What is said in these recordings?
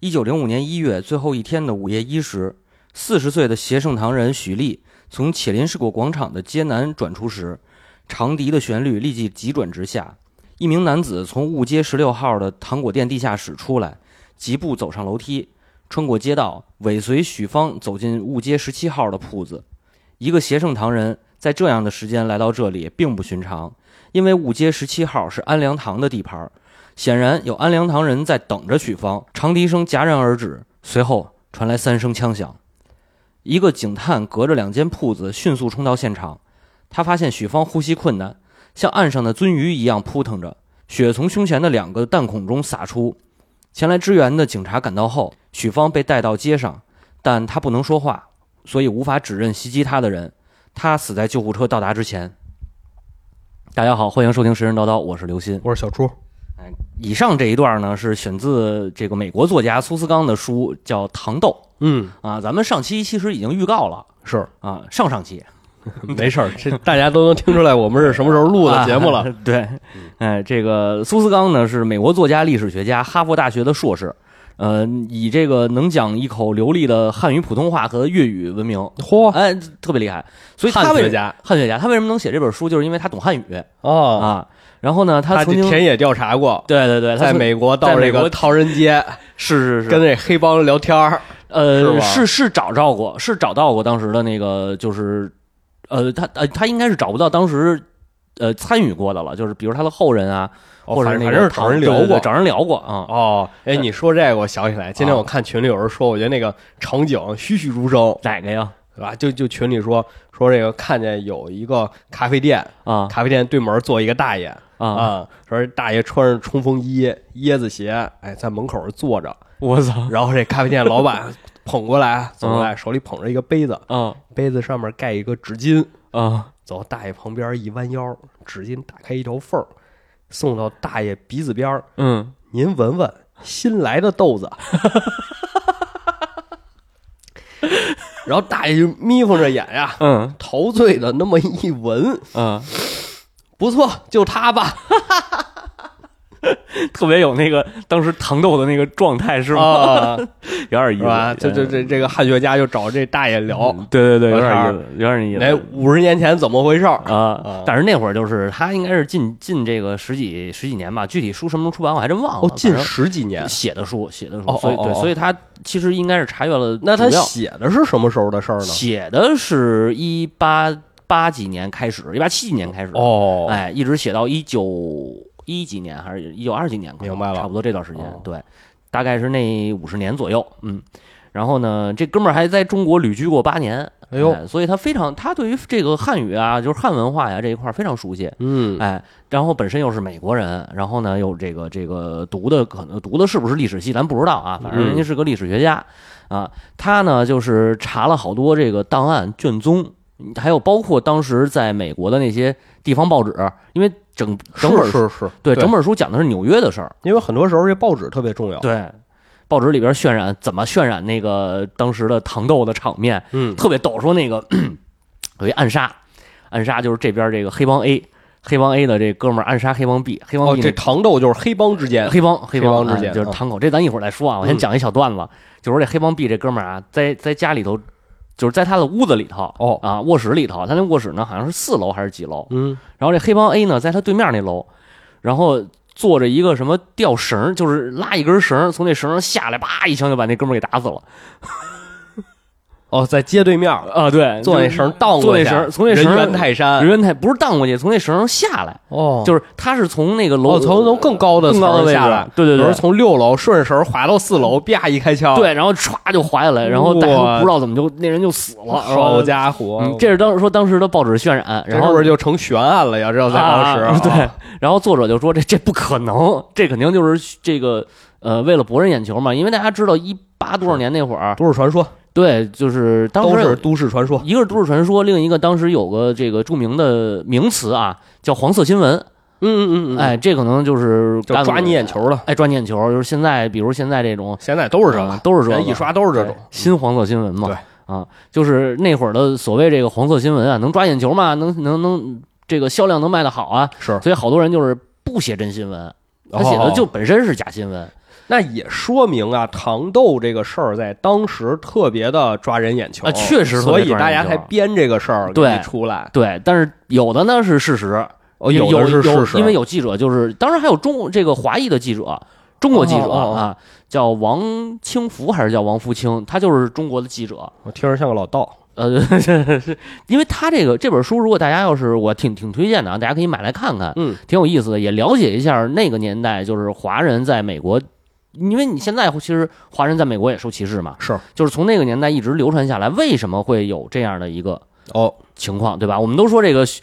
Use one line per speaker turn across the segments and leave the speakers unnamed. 一九零五年一月最后一天的午夜一时，四十岁的协圣堂人许立从铁林市果广场的街南转出时，长笛的旋律立即急转直下。一名男子从雾街十六号的糖果店地下室出来，疾步走上楼梯，穿过街道，尾随许芳走进雾街十七号的铺子。一个协圣堂人在这样的时间来到这里并不寻常，因为雾街十七号是安良堂的地盘，显然有安良堂人在等着许芳。长笛声戛然而止，随后传来三声枪响。一个警探隔着两间铺子迅速冲到现场，他发现许芳呼吸困难，像岸上的鳟鱼一样扑腾着，血从胸前的两个弹孔中洒出。前来支援的警察赶到后，许芳被带到街上，但他不能说话，所以无法指认袭击他的人。他死在救护车到达之前。大家好，欢迎收听《神神叨叨》，我是刘鑫。
我是小朱，
以上这一段呢，是选自这个美国作家苏斯刚的书，叫《糖豆》
嗯，
啊。咱们上期其实已经预告了
是
啊，上上期
没事儿，这大家都能听出来我们是什么时候录的节目了。嗯
啊 对，哎，这个苏斯刚呢是美国作家、历史学家，哈佛大学的硕士，呃，以这个能讲一口流利的汉语普通话和粤语闻名，
嚯、
哎，特别厉害。所以他
汉
为
学家
汉学家，他为什么能写这本书，就是因为他懂汉语
哦，
啊。然后呢，他
他
曾经
田野调查过，
对对对，他
在
曾
美国到
在美
这
国
个唐人街
是是是
跟那黑帮聊天儿，
呃，
是吧
是是找到过，是找到过当时的那个，就是，呃，他呃他应该是找不到当时，呃，参与过的了，就是比如他的后人啊，
哦
或者
反
那
反
个
正是找
堂
人聊
对对
过
对。找人聊过啊。
哦，哎，你说这个我想起来，今天我看群里有人说，我觉得那个场景栩栩如生，
哪个呀？
对吧？就就群里说说这个看见有一个咖啡店，
啊
咖啡店对门坐一个大爷
啊！
啊，说大爷穿着冲锋衣、椰子鞋，哎，在门口坐着，
我 操！
然后这咖啡店老板 捧过来，走过来，
嗯
手里捧着一个杯子，
啊
杯子上面盖一个纸巾，
啊！
走到大爷旁边一弯腰，纸巾打开一条缝儿，送到大爷鼻子边儿，
嗯，
您闻闻新来的豆子。 然后大爷就眯缝着眼呀，
嗯
陶醉的那么一闻，
嗯，
不错，就它吧。
特别有那个当时糖豆的那个状态是吗？
啊，
有点意
是
思，
吧？这这这这个汉学家就找这大爷聊，
嗯对对对，有
我
点
操
意思，有点意思。
哎，五十年前怎么回事儿？
啊
啊，
但是那会儿就是他应该是近近这个十几十几年吧，具体书什么时候出版我还真忘了。
哦，近
反正
十几年，
写的书，写的书，
哦哦
所以对，
哦哦
所以他其实应该是查阅了
那他
主要
写的是什么时候的事儿呢？
写的是一八八几年开始，一八七几年开始，
哦，
哎，一直写到一九一几年还是一九二几年，可能
明白了
差不多这段时间，
哦
对，大概是那五十年左右，嗯。然后呢，这哥们儿还在中国旅居过八年，
哎呦，
所以他非常，他对于这个汉语啊，就是汉文化呀这一块儿非常熟悉，
嗯，
哎，然后本身又是美国人，然后呢又这个这个读的可能读的是不是历史系，咱不知道啊，反正
嗯
人家是个历史学家、啊。他呢就是查了好多这个档案卷宗，还有包括当时在美国的那些地方报纸，因为整整本
是是是，
对整本书讲的是纽约的事儿，
因为很多时候这报纸特别重要。，
对。报纸里边渲染怎么渲染那个当时的糖豆的场面，
嗯，
特别逗，说那个有一暗杀，暗杀就是这边这个黑帮 A，黑帮 A 的这哥们儿暗杀黑帮 B，黑帮
哦，
B
这
那
糖豆就是黑帮之间，
黑帮黑
帮
帮
之间
哎就是
嗯
堂口，这咱一会儿再说啊。我先
嗯
讲一小段子，就是这黑帮 B 这哥们儿啊，在在家里头，就是在他的屋子里头
哦
啊，卧室里头，他那卧室呢好像是四楼还是几楼，
嗯，
然后这黑帮 A 呢在他对面那楼，然后。坐着一个什么吊绳儿，就是拉一根绳儿，从那绳上下来，啪一枪就把那哥们儿给打死了。
哦，在街对面嗯儿
啊，对，
坐那
就是
绳儿荡
坐
过
那
去，
绳儿从那绳儿
人猿泰山，
人员太不是荡过去，从那绳上下来，
哦
就是他是从那个楼
哦，从从更高的
更高的
层
位置
下来，
对对
有
对
时候从六楼顺着绳儿滑到四楼，啪一开枪，，
对，然后歘就滑下来，然后大家都
哇
不知道怎么就那人就死了。然后
好家伙，
嗯，这是当时说当时的报纸渲染，
这
然
是
后
不是就成悬案了呀？这要在当时
啊
啊，
对，然后作者就说 这这不可能，这肯定就是这个呃为了博人眼球嘛，因为大家知道一八多少年那会儿，
都市传说，
对，就是当
都
时
是
有。
都市传说，
一个是都市传说，另一个当时有个这个著名的名词啊，叫黄色新闻。
嗯嗯嗯，，
哎，这可能就是
就抓你眼
球。
球了，
爱抓你眼球，就是现在，比如现在这种
现在都是这
啊
个，
都是这个
人一刷都是这
对
种，嗯
新黄色新闻嘛，
对
啊，就是那会儿的所谓这个黄色新闻啊，能抓眼球嘛，能能能这个销量能卖得好啊，
是哦
所以好多人就是不写真新闻，他写的就本身是假新闻，
那也说明啊，糖豆这个事儿在当时特别的抓人眼球，
啊确实特
所
别
以
抓人眼球
大家才编这个事儿给
对
你出来。
对，但是有的呢是事实，
哦
有
有的是
有
事实
因为有记者就是，当然还有中这个华裔的记者，中国记者
哦哦哦
啊，叫王清福还是叫王福清，他就是中国的记者。
我听着像个老道，
呃， 是因为他这个这本书，如果大家要是我挺挺推荐的啊，大家可以买来看看，
嗯，
挺有意思的，也了解一下那个年代就是华人在美国，因为你现在其实华人在美国也受歧视嘛，
是
就是从那个年代一直流传下来，为什么会有这样的一个
哦，
情况，对吧？我们都说这个学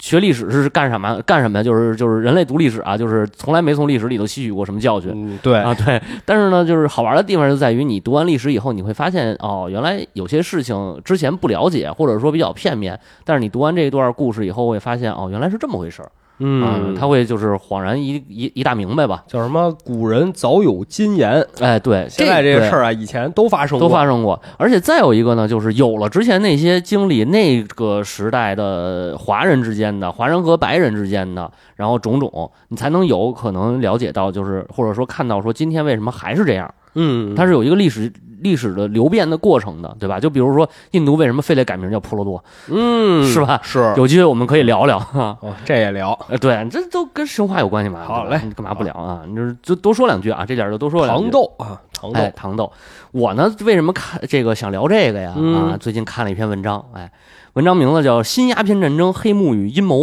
学历史是干什么干什么呀？就是就是人类读历史啊，就是从来没从历史里头吸取过什么教训。
嗯，对，
啊，对，但是呢，就是好玩的地方就在于，你读完历史以后，你会发现，哦，原来有些事情之前不了解，或者说比较片面，但是你读完这一段故事以后，会发现，哦，原来是这么回事儿，
嗯，
他啊会就是恍然一一一大明白吧，
叫什么？古人早有金言，
哎，对，
现在这
对
个事儿啊，以前都发生过，
都发生过。而且再有一个呢，就是有了之前那些经历，那个时代的华人之间的、华人和白人之间的，然后种种，你才能有可能了解到，就是或者说看到说今天为什么还是这样，
嗯，
它是有一个历史。历史的流变的过程的，对吧？就比如说印度为什么非得改名叫婆罗多，
嗯
是吧
是，
有机会我们可以聊聊 哈。
哦，这也聊
呃，对，这都跟神话有关系嘛。
好
对吧
嘞
你干嘛不聊啊？你就是就多说两句啊，这点儿就多说两句。
糖豆啊，糖
哎
豆，，
糖豆，我呢为什么看这个想聊这个呀？
嗯
啊，最近看了一篇文章，哎，文章名字叫《新鸦片战争：黑幕与阴谋》。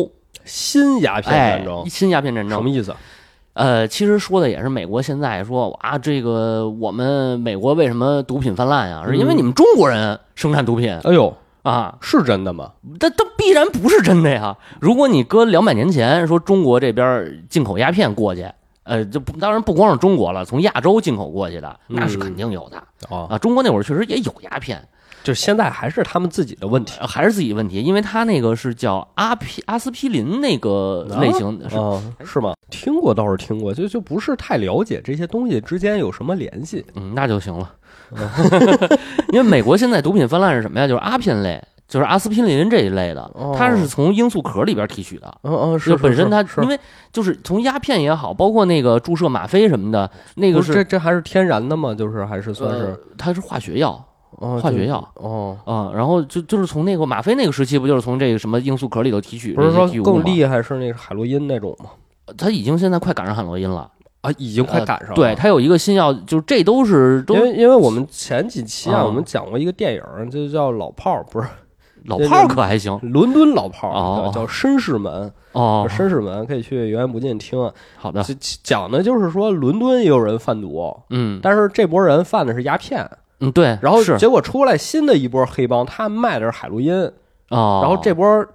新鸦片
哎
战，争
新鸦片战
什么
争，
意思？
呃，其实说的也是美国现在说啊，这个我们美国为什么毒品泛滥呀？是因为
嗯
你们中国人生产毒品
哎呦，
啊，
是真的吗？
但但必然不是真的呀。如果你搁两百年前说中国这边进口鸦片过去，呃，就不当然不光是中国了，从亚洲进口过去的那
嗯
是肯定有的。
啊，
啊，中国那会儿确实也有鸦片，
就现在还是他们自己的问题
呃还是自己问题，因为他那个是叫阿匹阿司匹林那个类型，是
啊，是吗？听过倒是听过，就就不是太了解这些东西之间有什么联系。
嗯，那就行了。
啊
因为美国现在毒品泛滥是什么呀？就是阿片类，就是阿司匹林这一类的，
哦
它是从罂粟壳里边提取的。
嗯嗯，
就本身它，因
为
为就是从鸦片也好，包括那个注射吗啡什么的，那
这
个
个
是
这这还是天然的吗？就是还是算
呃
是，
它是化学药，
哦
化
就
学药
哦，
啊、然后就就是从那个吗啡那个时期，不就是从这个什么罂粟壳里头提取？
不是说更
厉，
厉害是那个海洛因那种吗？
它已经现在快赶上海洛因了。
啊，已经快赶上了。
对，它有一个新药，就是这都是都
因为因为我们前几期啊，
啊
我们讲过一个电影，就叫《老炮儿》，不是
老炮儿可还行
《伦敦老炮儿》
哦
叫叫《绅士们》，
哦。
绅士们可以去永远不进听啊。
好的，
这讲的就是说，伦敦也有人贩毒，
嗯
但是这波人贩的是鸦片，
嗯对，
然后
是
结果出来新的一波黑帮，他卖的是海洛因，
哦，
然后这波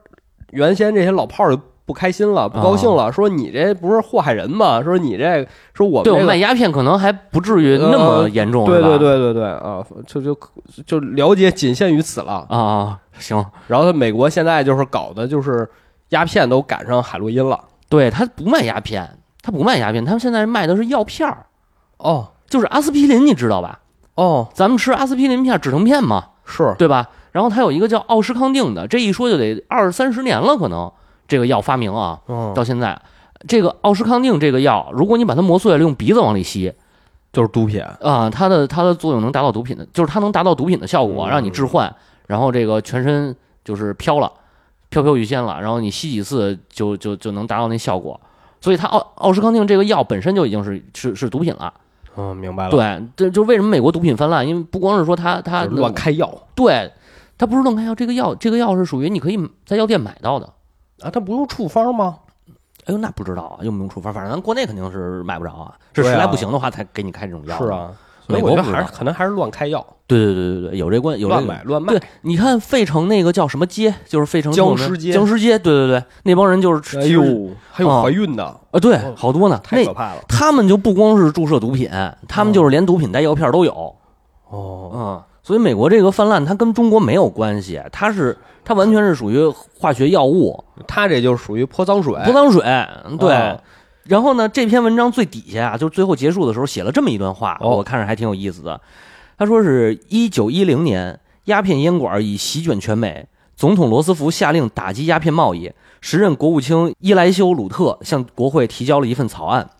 原先这些老炮儿就不开心了，不高兴了，说你这不是祸害人吗？说你这说我们
对
这
我
个呃
卖鸦片可能还不至于那么严重，
对
是吧
对对对对啊，就就就了解仅限于此了。
啊，行，
然后他美国现在就是搞的就是鸦片都赶上海洛因了。
对他不卖鸦片，他不卖鸦片，他们现在卖的是药片儿，
哦
就是阿司匹林，你知道吧？
哦，
咱们吃阿司匹林片、止疼片嘛，
是
对吧？然后它有一个叫奥施康定的，这一说就得二三十年了，可能这个药发明啊，
嗯，
到现在，这个奥施康定这个药，如果你把它磨碎了，用鼻子往里吸，
就是毒品。
啊，它的它的作用能达到毒品的，就是它能达到毒品的效果，
嗯
让你置换，然后这个全身就是飘了，飘飘欲仙了，然后你吸几次就就就能达到那效果。所以它奥奥施康定这个药本身就已经是是是毒品了，
嗯，明白了。
对，这就为什么美国毒品泛滥，因为不光是说它它
就是乱开药
对，它不是乱开药，这个药这个药是属于你可以在药店买到的。
啊，他不用处方吗？
哎呦，那不知道啊，用不用处方？反正咱国内肯定是买不着啊，是实
对啊
在不行的话才给你开这种药。
是，啊，所
美
以
国
我觉得
不知
还
道
是可能还是乱开药，
对对对对对，有这关有这
乱
个
买乱卖
对。，你看费城那个叫什么街，就是费城
僵尸街
僵尸街，对对对，那帮人就是吃
哎
吃
呦，还有
啊
怀孕的，
啊，对
哦，
好多呢。
太
那
可怕了。
他们就不光是注射毒品，他们就是连毒品带药片都有，
哦，
嗯。所以美国这个泛滥，它跟中国没有关系，它是它完全是属于化学药物、
他这就属于泼脏水，
泼脏水，对
哎哦。
然后呢，这篇文章最底下啊，就是最后结束的时候写了这么一段话，
哦
我看着还挺有意思的。他说是一九一零年，鸦片烟馆已席卷全美，总统罗斯福下令打击鸦片贸易。时任国务卿伊莱修·鲁特向国会提交了一份草案，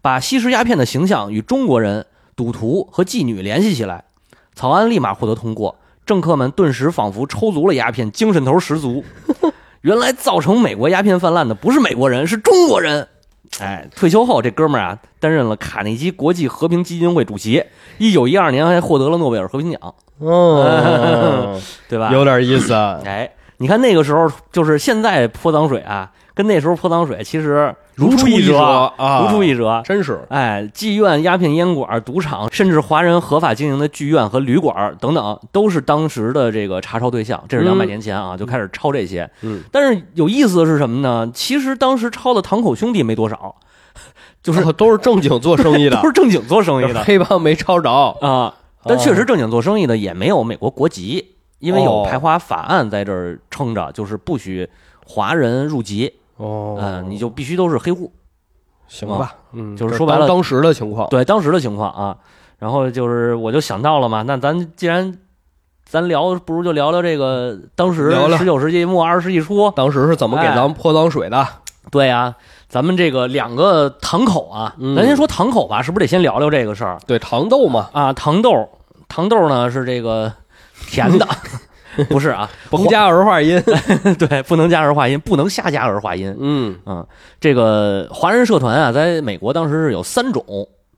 把吸食鸦片的形象与中国人赌徒和妓女联系起来。草案立马获得通过，政客们顿时仿佛抽足了鸦片，精神头十足。原来造成美国鸦片泛滥的不是美国人，是中国人。哎，退休后这哥们儿啊，担任了卡内基国际和平基金会主席，一九一二年还获得了诺贝尔和平奖，
嗯，
对吧？
有点意思啊。
哎，你看那个时候，就是现在泼脏水啊，跟那时候泼脏水其实
如
出
出
一
一辙
辙，
啊
如出一辙。
真是
哎，妓院、鸦片烟馆、赌场，甚至华人合法经营的剧院和旅馆等等，都是当时的这个查抄对象。这是两百
嗯
年前啊，就开始抄这些。
嗯，
但是有意思的是什么呢？其实当时抄的堂口兄弟没多少， 就是
哦都是正经做生意的
都，是正经做生意的
黑帮没抄着。
啊。但确实正经做生意的也没有美国国籍，因为有
哦
排华法案在这儿撑着，就是不许华人入籍，
哦
嗯、你就必须都是黑户。
行吧，嗯，
哦就是
这
说白
当
了
当时的情况，
对当时的情况啊，然后就是我就想到了嘛，那咱既然咱聊，不如就聊聊这个当时
聊聊
十九世纪末二十世纪初
当时是怎么给
哎
咱们泼脏水的？
对啊，咱们这个两个堂口啊，
嗯
咱先说堂口吧，是不是得先聊聊这个事儿
对，糖豆嘛，
啊？糖豆，糖豆呢是这个甜的， 不是啊？
甭加儿化音。
对，不能加儿化音，不能瞎加儿化音。
嗯
这个华人社团啊，在美国当时是有三种，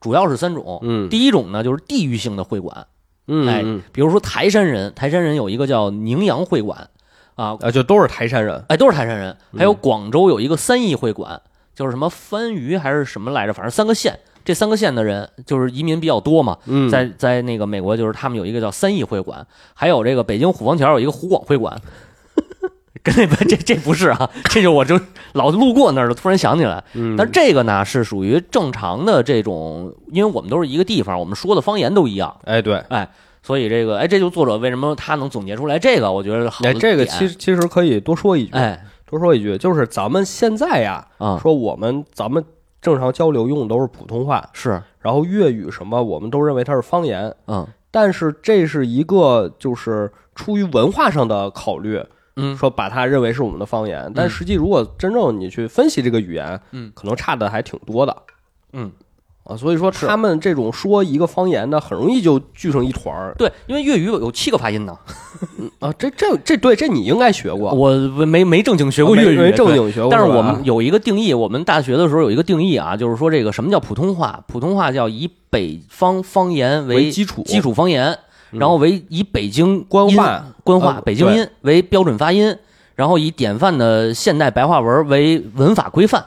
主要是三种。
嗯
第一种呢，就是地域性的会馆，
嗯
哎
嗯
比如说台山人，台山人有一个叫宁阳会馆啊，
啊，就都是台山人。
哎，都是台山人。还
嗯
有广州有一个三义会馆，就是什么番禺还是什么来着，反正三个县，这三个县的人就是移民比较多嘛，
嗯，
在在那个美国就是他们有一个叫三义会馆，还有这个北京虎坊桥有一个湖广会馆。 跟那边这这不是啊，这就我就老路过那儿了，突然想起来。
嗯
但这个呢是属于正常的这种，因为我们都是一个地方，我们说的方言都一样，
哎对，
所以这个哎，这就作者为什么他能总结出来这个，我觉得好的
哎，
点。
这个其实其实可以多说一句，
哎
多说一句，就是咱们现在呀，
啊、
说我们咱们正常交流用的都是普通话，
是
然后粤语什么，我们都认为它是方言，
嗯
但是这是一个就是出于文化上的考虑，
嗯
说把它认为是我们的方言，但实际如果真正你去分析这个语言，
嗯，
可能差的还挺多的
嗯
啊，所以说
是
他们这种说一个方言的，很容易就聚成一团儿
对，因为粤语有有七个发音呢，
啊，这这这对，这你应该学过，
我没没正经学过粤语，
没没正
对
经学过吧，
但是我们有一个定义，我们大学的时候有一个定义啊，就是说这个什么叫普通话？普通话叫以北方方言
为
为
基础
基础方言，
嗯
然后为以北京
官
音
话
官话
呃
北京音为标准发音，然后以典范的现代白话文为文法规范。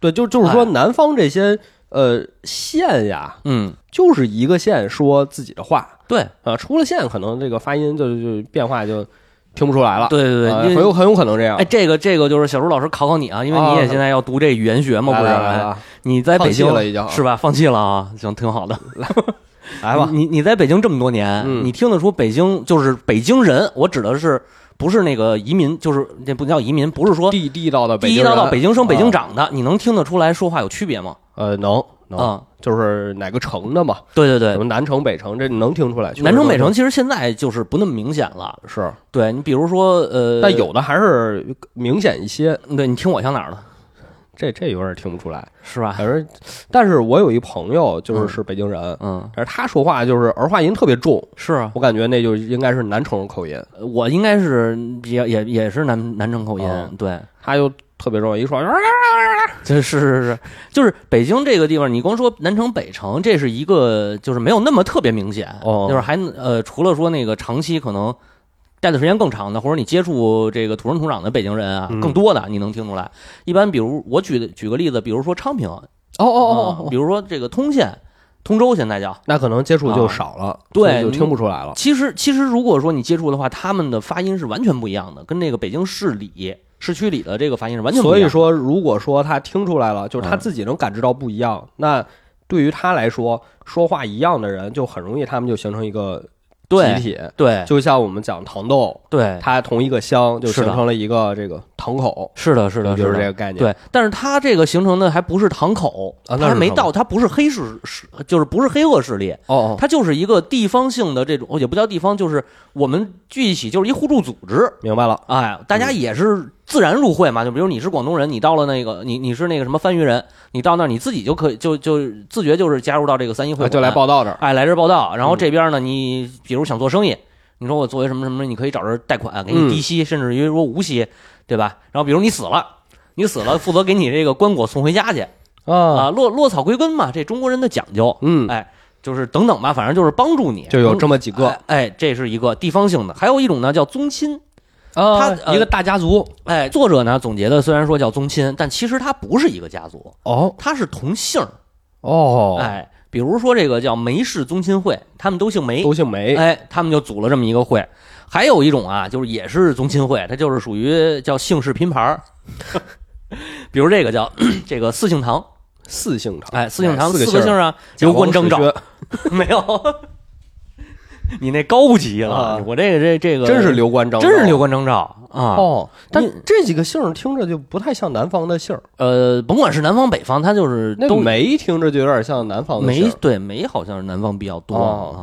对，就就是说
哎
南方这些呃县呀，
嗯，
就是一个县说自己的话
对，
啊，出了县可能这个发音就就就变化就听不出来了，
对对
啊
对，因
很
为
有很有可能这样。
哎，这个这个就是小朱老师考考你啊，因为你也
啊
现在要读这语言学嘛，
来
不是？
来来
哎
来
你在北京
放弃了已经
是吧？放弃了啊，行，挺好的。
来哎吧，
你你在北京这么多年，
嗯
你听得出北京就是北京人，我指的是不是那个移民，就是那不叫移民，不是说
地地道的北
第一
京
道到
人
北京生、北京
啊
长的，你能听得出来说话有区别吗？
呃能能，
啊、
就是哪个城的嘛，
对对
什
对
么，南城北城，这能听出来。确实
南城
能
北城
听
其实现在就是不那么明显了。
是，
对你比如说呃，
但有的还是明显一些，
对你听我像哪儿的，
这这有点听不出来。
是吧？
反正，但是我有一朋友就
哎嗯
是是北京人，
嗯，
但是他说话就是儿化音特别重，
是啊，
我感觉那就应该是南城口音，
我应该是也也也是南南城口音，
哦
对。
他就特别重，一说，哎
这是是是，就是北京这个地方，你光说南城北城，这是一个就是没有那么特别明显，
哦
就是还呃，除了说那个长期可能待的时间更长的，或者你接触这个土生土长的北京人啊，
嗯
更多的你能听出来。一般比如我举的举个例子，比如说昌平，哦
哦
哦比如说这个通县、通州，现在叫。
那可能接触就少了，
对
所以就听不出来了。
其实其实如果说你接触的话，他们的发音是完全不一样的，跟那个北京市里市区里的这个发音是完全不
所
一
以
样的。
说，如果说他听出来了，就是他
嗯
自己能感知到不一样，那对于他来说，说话一样的人就很容易，他们就形成一个集
对
体。
对
就像我们讲糖豆，
对，
它同一个乡就是形
的
成了一个这个堂口，
是的是的
就是是
的
这。个概念。
对，但是它这个形成的还不是堂口，
啊那
它
是
还没
什么
到，它不是黑势势，就是不是黑恶势力，
哦，哦，
它就是一个地方性的这种，哦也不叫地方，就是我们聚一起就是一互助组织，
明白了。
哎，大家也是自然入会嘛。就比如你是广东人，你到了那个你你是那个什么番禺人，你到那儿你自己就可以就就自觉就是加入到这个三一会
啊
馆，
就来报道嗯这儿。
哎，来这儿报道，然后这边呢，你比如想做生意，你说我作为什么什么，你可以找人贷款，给
嗯
你低息，甚至于说无息，对吧？然后比如你死了，你死了，负责给你这个棺椁送回家去啊，
啊，
落落草归根嘛，这中国人的讲究，
嗯
哎，就是等等吧，反正就是帮助你，
就有这么几
帮助
个，
哎，哎，这是一个地方性的，还有一种呢叫宗亲，
啊
他呃
一个大家族
哎，作者呢总结的虽然说叫宗亲，但其实它不是一个家族，
哦
它是同姓儿，
哦，
哎，比如说这个叫梅氏宗亲会，他们都姓梅，
都姓梅
哎，他们就组了这么一个会。还有一种啊，就是也是宗亲会，它就是属于叫姓氏拼盘儿， 比如这个叫 这个四姓堂，
四姓堂，
哎，四姓堂
四个
四个姓
姓
儿啊，刘关张赵
贾王 史
没有，你那高级了，
啊
我这个这这个
薛真是刘关张，
真是刘。关张赵啊，
哦，但
你
这几个姓儿听着就不太像南方的姓儿，
呃，甭管是南方北方，它就是
那
都
梅听着就有点像南方的姓
煤
儿。
对煤好像是南方比较多、
哦
啊。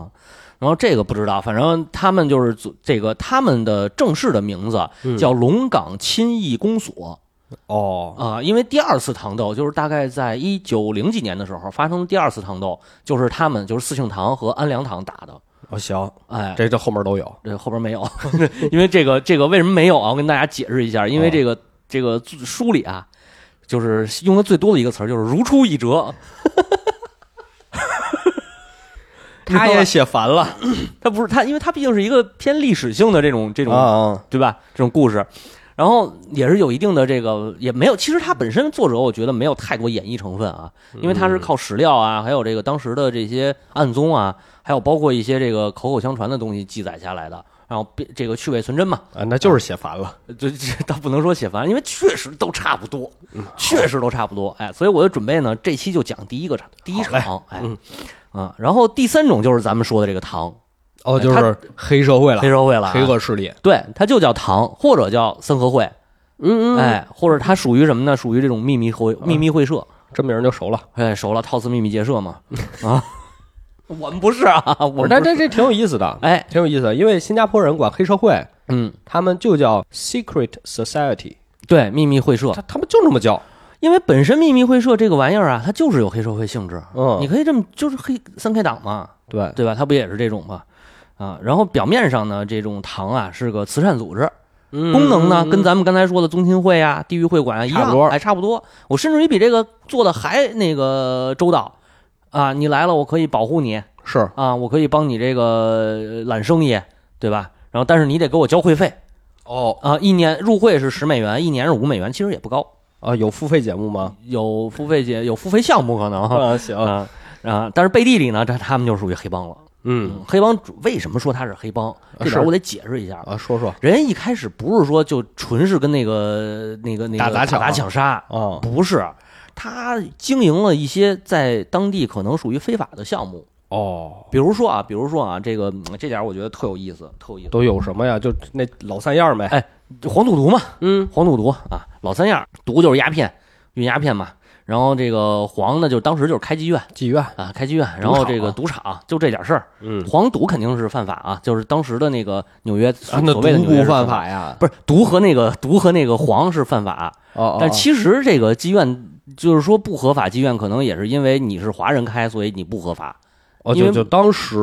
然后这个不知道，反正他们就是组这个他们的正式的名字
嗯
叫龙岗亲义公所
哦
啊、因为第二次糖斗就是大概在一九零几年的时候发生第二次糖斗，就是他们就是四庆堂和安良堂打的，
哦，行，
哎。
这这后面都有。
这后边没有， 因为这个这个为什么没有啊？我跟大家解释一下，因
哦
为这个、这个书里啊，就是用的最多的一个词儿就是如出一辙，
他也写烦了
它不是它，因为它毕竟是一个偏历史性的这种这种、
啊，
对吧？这种故事，然后也是有一定的这个也没有，其实它本身作者我觉得没有太多演绎成分啊，因为它是靠史料啊，还有这个当时的这些案宗啊，还有包括一些这个口口相传的东西记载下来的，然后变这个去伪存真嘛，
啊，那就是写烦了。
这这倒不能说写烦，因为确实都差不多，确实都差不多。哎，所以我就准备呢，这期就讲第一个场，第一场，哎，啊，然后第三种就是咱们说的这个堂
哦，
哎
就是黑社会了，
黑社会了啊，
黑恶势力。
对，它就叫堂，或者叫森和会，
嗯，
哎，或者它属于什么呢？属于这种秘密会秘密会社，
这名儿就熟了。
哎，熟了，套词秘密结社 嘛，啊，我们不是啊，我
不
们
是，但
不是
这这挺有意思的，
哎，
挺有意思的，因为新加坡人管黑社会，
嗯，
他们就叫 secret society，
对，秘密会社，
他他们就这么叫。
因为本身秘密会社这个玩意儿啊，它就是有黑社会性质，
嗯
你可以这么就是黑三 K 党嘛，
对，
对吧？它不也是这种吗？啊，然后表面上呢，这种堂啊是个慈善组织，
嗯
功能呢跟咱们刚才说的宗亲会啊、地狱会馆啊一样，
差不多
哎，差不多。我甚至于比这个做的还那个周到啊！你来了，我可以保护你
是
啊，我可以帮你这个呃揽生意，对吧？然后，但是你得给我交会费
哦
啊，一年入会是十美元，一年是五美元，其实也不高。
啊，有付费节目吗？
有付费节，有付费项目可能啊
啊，行，
啊但是背地里呢，这他们就属于黑帮了。
嗯
黑帮主为什么说他是黑帮？这
是
点我得解释一下。
啊，说说
人家一开始不是说就纯是跟那个那个那个
打砸抢
打抢杀，
啊，
不是，他经营了一些在当地可能属于非法的项目，
哦，
比如说啊，比如说啊，这个嗯这点我觉得特有意思，特有意思。
都有什么呀？就那老三样呗。
黄赌毒嘛，
嗯，
黄赌毒啊，老三样，毒就是鸦片，运鸦片嘛。然后这个黄呢，就当时就是开妓院
妓院，
啊，开妓院，然后这个赌场，就这点事儿。
嗯
黄赌肯定是犯法啊，就是当时的那个纽约所
啊，那
所谓的
独
纽约
孤
是
犯
法
法呀？
不是毒和那个毒和那个黄是犯法，
哦，
但其实这个妓院就是说不合法妓院，可能也是因为你是华人开，所以你不合法。
哦，
因为
就就当时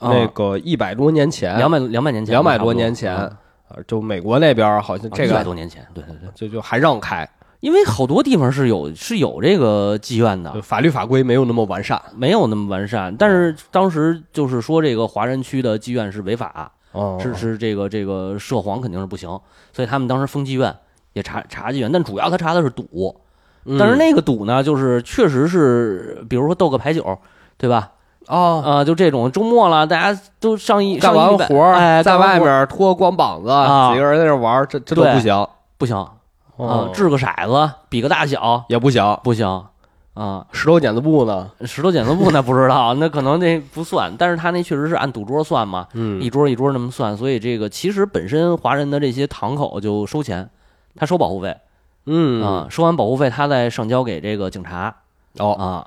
啊
那个一百多年前，
两百两百年前吧，
嗯哎两百
差不
多年前，
嗯
啊就美国那边好像这
一百
个
多年前，对对对，
就就还让开，
啊因为好多地方是有是有这个妓院的
就，法律法规没有那么完善。
没有那么完善。但是当时就是说这个华人区的妓院是违法，
哦
是是这个这个涉黄肯定是不行，所以他们当时封妓院。也查查妓院，但主要他查的是赌，
嗯
但是那个赌呢，就是确实是，比如说斗个牌九，对吧？
哦，
啊，就这种周末了，大家都上一
干
上
完
一百
活儿
哎，
在
干完
外
活儿
面脱光膀子，
啊
几个人在那玩儿，这这都
对
不行
不行啊
哦，
掷个骰子，比个大小
也不行。
不行啊，
石头剪子布呢？
石头剪子布那 不知道，那可能那不算，但是他那确实是按赌桌算嘛，
嗯
一桌一桌那么算，所以这个其实本身华人的这些堂口就收钱，他收保护费
嗯
啊，收完保护费他再上交给这个警察，
哦
啊。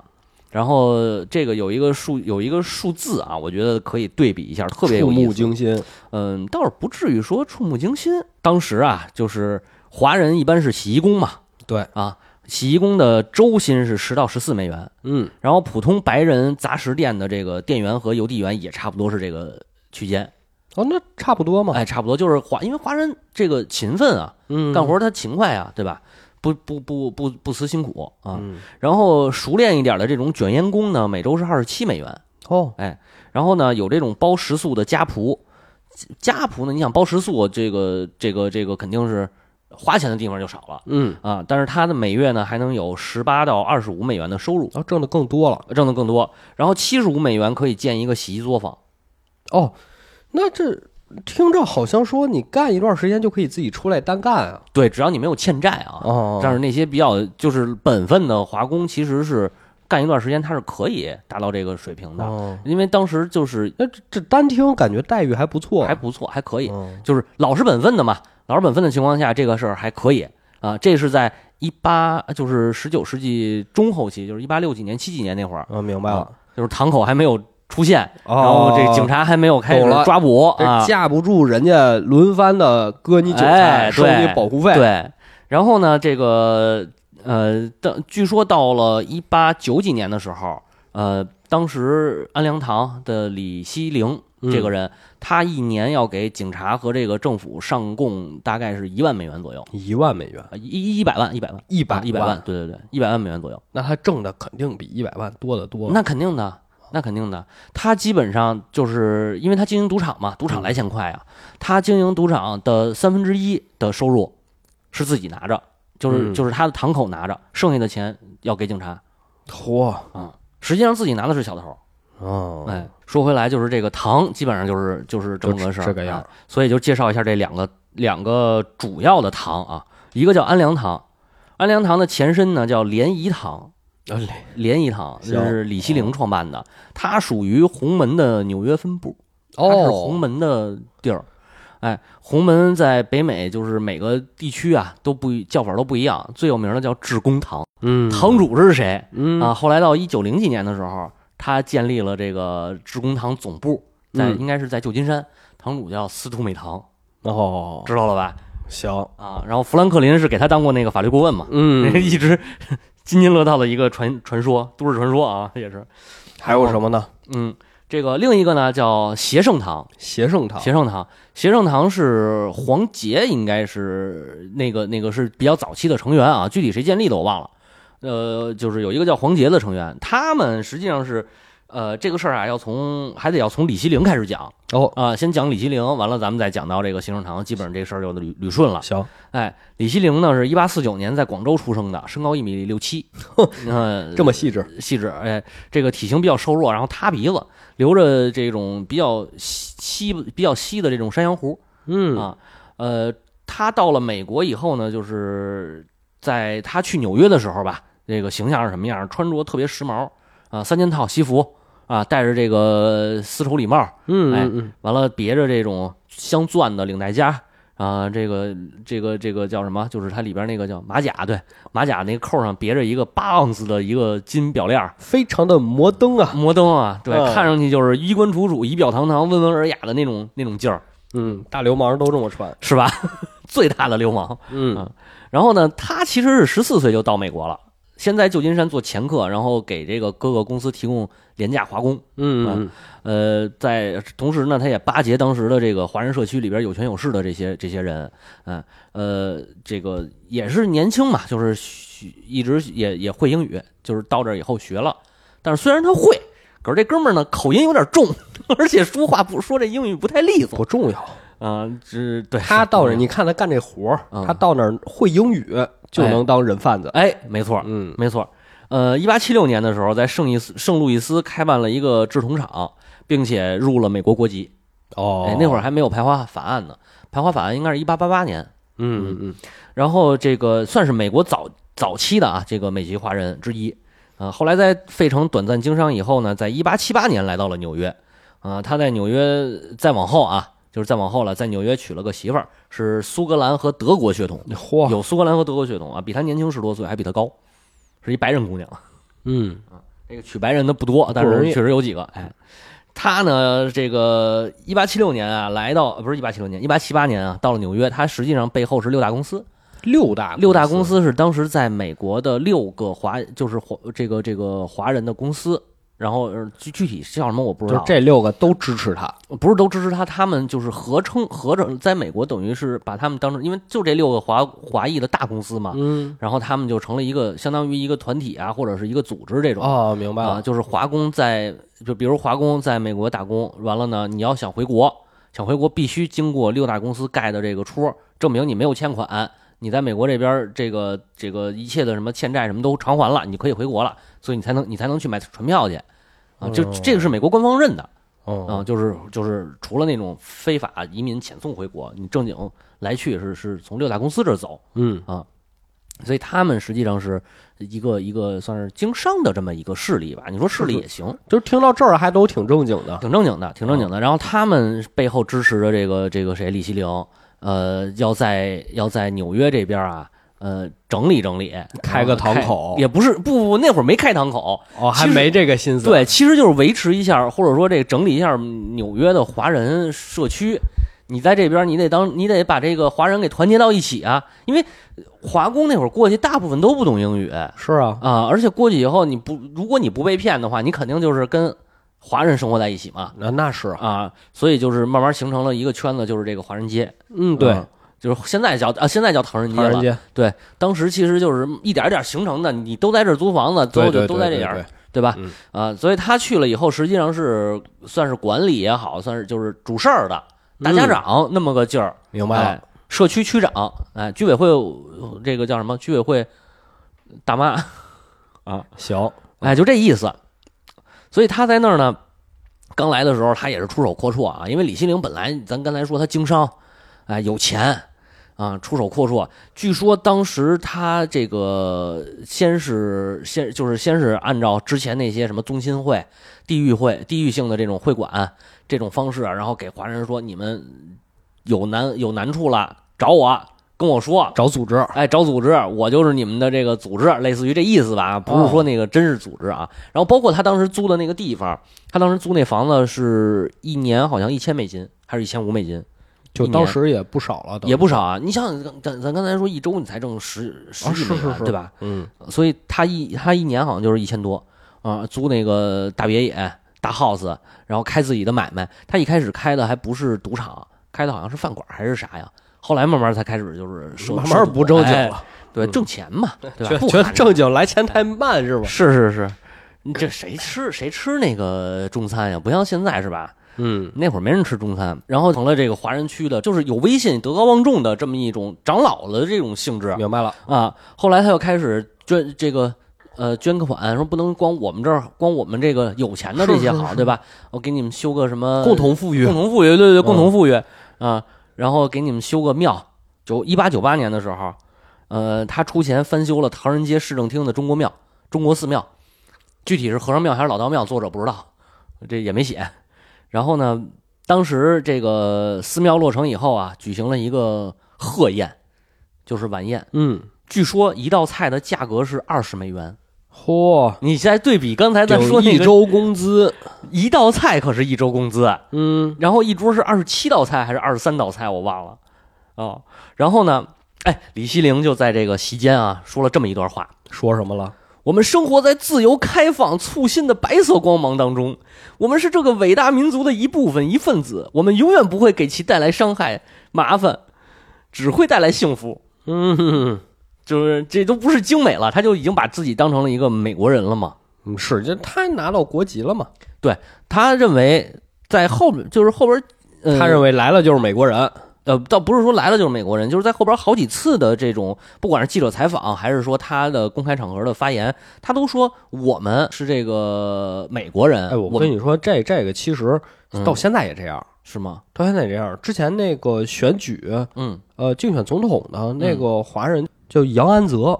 然后这个有一个数有一个数字啊，我觉得可以对比一下，特别有
触
意
目
思。
惊心。
嗯，倒是不至于说触目惊心。当时啊，就是华人一般是洗衣工嘛，
对
啊，洗衣工的周薪是十到十四美元，
嗯
然后普通白人杂食店的这个店员和邮递员也差不多是这个区间，
哦，那差不多嘛，
哎，差不多就是华，因为华人这个勤奋啊，
嗯，
干活他勤快啊，对吧？不不不不不辞辛苦啊。
嗯
然后熟练一点的这种卷烟工呢，每周是二十七美元。
哦，
然后呢，有这种包食宿的家仆，家仆呢，你想包食宿，这个这个这个肯定是花钱的地方就少了
嗯，
啊。但是他的每月呢，还能有十八到二十五美元的收入，
然后哦挣的更多了
挣的更多。然后七十五美元可以建一个洗衣作坊。
哦，那这听着好像说你干一段时间就可以自己出来单干啊，
对，只要你没有欠债啊。
哦
但是那些比较就是本分的华工，其实是干一段时间，他是可以达到这个水平的。
哦，
因为当时就是
那这这单听感觉待遇还不错，
还不错，还可以，
嗯
就是老实本分的嘛。老实本分的情况下，这个事儿还可以啊。这是在一八，就是十九世纪中后期，就是一八六几年、七几年那会儿，
啊，明白了。
就是堂口还没有出现，
哦
然后这警察还没有开始
懂了
抓捕
这
啊。
架不住人家轮番的割你韭菜，
哎
收你
对
保护费，
对，然后呢，这个呃，当据说到了一八九几年的时候，呃，当时安良堂的李希龄
嗯
这个人，他一年要给警察和这个政府上供大概是一万美元左右，
一万美元，
呃一一百万，一百万，
一百
啊一百万，，对对对，一百万美元左右，
那他挣的肯定比一百万多得多。
那肯定的。那肯定的，他基本上就是因为他经营赌场嘛，赌
嗯
场来钱快啊。他经营赌场的三分之一的收入是自己拿着，就是
嗯
就是他的堂口拿着，剩下的钱要给警察。
嚯，
实际上自己拿的是小头。
哦，
哎，说回来，就是这个糖基本上就是就是这
就
么个事儿，
这个样儿
哎所以就介绍一下这两个两个主要的糖啊，一个叫安良堂，安良堂的前身呢叫联谊堂，
哎
联谊堂这
行哦
是李希龄创办的，它属于红门的纽约分部，它是红
哦，
门的地儿。哎，红门在北美就是每个地区啊都不一叫法都不一样，最有名的叫致公堂，
嗯
堂主是谁？
嗯
啊，后来到一九零几年的时候，他建立了这个致公堂总部，在、
嗯
应该是在旧金山，堂主叫司徒美堂，
哦，
知道了吧？
行，
啊，然后富兰克林是给他当过那个法律顾问嘛，
嗯，
一直津津乐道的一个传传说，都市传说啊，也是，
还有什么呢？
嗯，这个另一个呢叫协圣堂，
协圣堂，
协圣堂，协圣堂是黄杰，应该是那个那个是比较早期的成员啊，具体谁建立的我忘了。呃，就是有一个叫黄杰的成员，他们实际上是，呃，这个事儿啊，要从还得要从李希龄开始讲
哦，
啊、先讲李希龄，完了咱们再讲到这个协圣堂，基本上这事儿就捋捋顺了。
行，
哎，李希龄呢是一八四九年在广州出生的，身高一米六七， 嗯、
这么细致，
细致，哎，这个体型比较瘦弱，然后塌鼻子，留着这种比较稀稀比较稀的这种山羊胡，
嗯
啊，呃，他到了美国以后呢，就是在他去纽约的时候吧，这个形象是什么样？穿着特别时髦啊，三件套西服啊，戴着这个丝绸礼帽，
嗯
哎
嗯
完了别着这种镶钻的领带夹。啊，这个这个这个叫什么？就是它里边那个叫马甲，对，马甲那个扣上别着一个八盎司的一个金表链儿，
非常的摩登啊，
摩登啊，对，
嗯
看上去就是衣冠楚楚、仪表堂堂、温文尔雅的那种那种劲儿，
嗯，大流氓都这么穿，
是吧？ 最大的流氓。
嗯
然后呢，他其实是十四岁就到美国了，先在旧金山做掮客，然后给这个各个公司提供廉价华工。
嗯
呃，在同时呢，他也巴结当时的这个华人社区里边有权有势的这些这些人。嗯、呃，这个也是年轻嘛，就是学一直也也会英语，就是到这儿以后学了。但是虽然他会，可是这哥们儿呢口音有点重， 而且说话不说这英语不太利索
不重要，
啊、这对
他到那儿，你看他干这活儿，
嗯
他到那儿会英语就能当人贩子，
哎，没错，
嗯
没错，呃，一八七六年的时候，在圣伊斯圣路易斯开办了一个制铜厂，并且入了美国国籍。
哦
哎，那会儿还没有排华法案呢，排华法案应该是一八八八年。
嗯嗯
然后这个算是美国早早期的啊，这个美籍华人之一。啊，后来在费城短暂经商以后呢，在一八七八年来到了纽约。啊，他在纽约再往后啊，就是再往后了，在纽约娶了个媳妇儿，是苏格兰和德国血统，
嗯，嚯，
有苏格兰和德国血统啊，比他年轻十多岁，还比他高，是一白人姑娘。
嗯
这个娶白人的不多，但
容
是
易
确实有几个。哎，他呢，这个一八七六年啊，来到呃不是一八七六年，一八七八年啊，到了纽约。他实际上背后是六大公司，
六大
六大公司是当时在美国的六个华，就是华这个这个华人的公司。然后呃具具体叫什么我不
就
知
是
道，
这六个都支持他，
不是都支持他，他们就是合称合着在美国等于是把他们当成，因为就这六个华华裔的大公司嘛，
嗯，
然后他们就成了一个相当于一个团体啊，或者是一个组织这种
哦，明白
啊，
了，
就是华工在就比如华工在美国打工，完了呢，你要想回国，想回国必须经过六大公司盖的这个戳，证明你没有欠款，你在美国这边儿这个这个一切的什么欠债什么都偿还了，你可以回国了，所以你才能你才能去买船票去啊，就
哦
这个是美国官方认的啊，
嗯，
就是就是除了那种非法移民遣送回国，你正经来去是是从六大公司这儿走，
嗯
所以他们实际上是一个一个算是经商的这么一个势力吧。你说势力也行，
就是听到这儿还都挺正经的，
挺正经的，挺正
哦
经的。然后他们背后支持的这个这个谁，李希凌，呃，要在要在纽约这边啊，呃，整理整理，
开个堂口
呃开也不是不不，那会儿没开堂口，
哦，还
其实
没这个心思，，
对，其实就是维持一下，或者说这个整理一下纽约的华人社区。你在这边，你得当，你得把这个华人给团结到一起啊！因为华工那会儿过去，大部分都不懂英语，
是啊，
啊，而且过去以后，你不如果你不被骗的话，你肯定就是跟华人生活在一起嘛
那那是，
啊，所以就是慢慢形成了一个圈子，就是这个华人街，
嗯，对，
嗯就是现在叫啊，现在叫唐人街
唐人
了。
街，
当时其实就是一点一点形成的，你都在这儿租房子，最
对
后就
对对
都在这
对
点儿
对，
对吧
嗯？
啊，所以他去了以后，实际上是算是管理也好，算是就是主事儿的大家
嗯
长那么个劲儿，
明白
哎
了，
社区区长，哎，居委会呃这个叫什么？居委会大妈。
行，
哎，就这意思。所以他在那儿呢，刚来的时候他也是出手阔绰啊，因为李希凌本来咱刚才说他经商，哎，有钱啊，出手阔绰。据说当时他这个先是先就是先是按照之前那些什么宗亲会、地域会、地域性的这种会馆这种方式啊，然后给华人说你们有难有难处了找我。跟我说，
找组织，
哎，找组织，我就是你们的这个组织，类似于这意思吧，啊不
哦
是说那个真是组织啊。然后包括他当时租的那个地方，他当时租那房子是一年好像一千美金，还是一千五美金，
就当时也不少了，
也不少啊。你想想，咱咱咱刚才说一周你才挣十十几
是
美
哦是
元，
是
对吧？
嗯，
所以他一他一年好像就是一千多啊、租那个大别野、大 house，然后开自己的买卖。他一开始开的还不是赌场，开的好像是饭馆还是啥呀？后来慢慢才开始就是收
慢慢不正经
哎
了，
对，
嗯
挣钱嘛，对吧？
觉
不
觉得
喊
正经来钱嗯太慢是吧？
是是是，你这谁吃谁吃那个中餐呀？不像现在是吧？
嗯，
那会儿没人吃中餐，然后成了这个华人区的，就是有威信、德高望重的这么一种长老的这种性质
明白了，
啊。后来他又开始捐这个。呃，捐个款说不能光我们这儿，光我们这个有钱的这些好，对吧？我给你们修个什么
共同富裕
共，同富裕，对对对，
嗯
共同富裕啊、然后给你们修个庙。九一八九八年的时候，呃，他出钱翻修了唐人街市政厅的中国庙、中国寺庙，具体是和尚庙还是老道庙，作者不知道，这也没写。然后呢，当时这个寺庙落成以后啊，举行了一个贺宴，就是晚宴。
嗯，
据说一道菜的价格是二十美元。
嚯，
你再对比刚才咱说
有
那
一
个
周工资，
一道菜，可是一周工资啊。
嗯，
然后一桌是二十七道菜还是二十三道菜，我忘了哦。然后呢，哎，李希凌就在这个席间啊说了这么一段话：
说什么了？
我们生活在自由、开放、促进的白色光芒当中，我们是这个伟大民族的一部分、一份子，我们永远不会给其带来伤害、麻烦，只会带来幸福。
嗯哼哼。
就是这都不是精美了，他就已经把自己当成了一个美国人了嘛。
嗯，是，就他拿到国籍了嘛？
他认为在后面就是后边，呃、
他认为来了就是美国人，
呃，倒不是说来了就是美国人，就是在后边好几次的这种，不管是记者采访，还是说他的公开场合的发言，他都说我们是这个美国人。
哎，我
我
跟
们
你说，这这个其实
嗯
到现在也这样，
是吗？
到现在也这样。之前那个选举，
嗯
呃，竞选总统的那个华人叫杨安泽，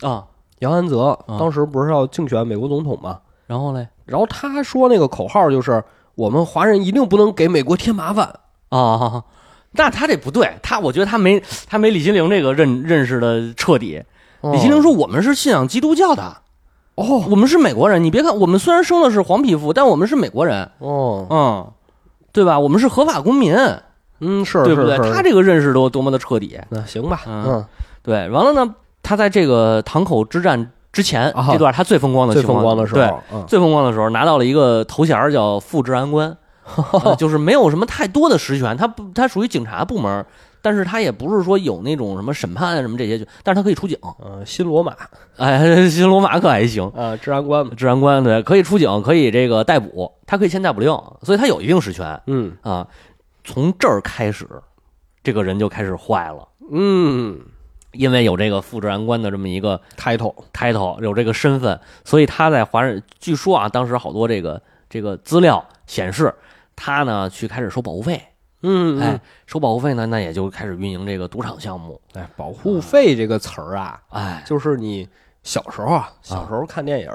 啊，
杨安泽
嗯
当时不是要竞选美国总统嘛？
然后嘞
然后他说那个口号就是“我们华人一定不能给美国添麻烦
啊，那他这不对，他我觉得他没他没李金玲这个认认识的彻底。”。
哦
李金玲说我们是信仰基督教的，
哦
我们是美国人。你别看我们虽然生的是黄皮肤，但我们是美国人，
哦，
嗯，对吧？我们是合法公民。
嗯，是，
对不对？他
他
这个认识多多么的彻底，
那行吧，
嗯
嗯，
对。完了呢，他在这个堂口之战之前
啊
这段，他最风光的
最
情况
风光的时
对
候，嗯，
最风光的时候拿到了一个头衔儿叫副治安 官，呃就是没有什么太多的实权，他不他属于警察部门儿，但是他也不是说有那种什么审判啊什么这些，就但是他可以出警。
呃，新罗马
哎，新罗马可还行，
啊，治安官嘛，
治安官对，可以出警，可以这个逮捕，他可以签逮捕令，所以他有一定实权
嗯
啊。从这儿开始，这个人就开始坏了，
嗯
因为有这个副治安官的这么一个
，title，
title 有这个身份，所以他在华人，据说啊，当时好多这个这个资料显示，他呢去开始收保护费，
嗯，嗯
哎，，收保护费呢，那也就开始运营这个赌场项目，
哎，保护
护费这个词儿啊，
哎
就是你小时候啊，小时候看电影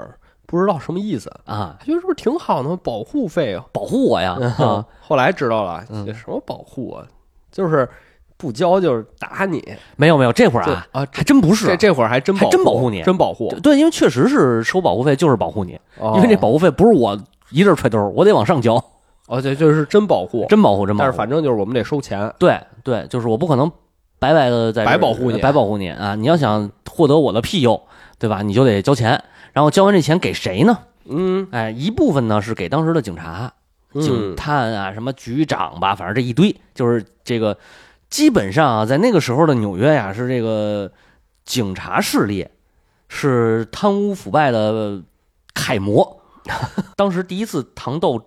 不知道什么意思，
啊，
觉得是不是挺好的吗？保护费啊，
保护我呀 啊，
后来知道了，
嗯
这什么保护啊，就是不交就是打你，
没有没有，这会儿
就
啊，
啊，
还真不是
这。这会儿还真
还真
保
保护你
真保护，
对，因为确实是收保护费就是保护你，
哦
因为这保护费不是我一阵儿揣兜儿，我得往上交，
哦，对，就是真保护，
真保护真保护。
但是反正就是我们得收钱，
对对，就是我不可能白白的在这
白
儿
保护你
白保护你啊！你要想获得我的庇佑，对吧？你就得交钱，然后交完这钱给谁呢？
嗯，
哎，一部分呢是给当时的警察、警
嗯，
探啊，什么局长吧，反正这一堆，就是这个基本上啊，在那个时候的纽约呀、是这个警察势力是贪污腐败的楷模。 当时第一次糖豆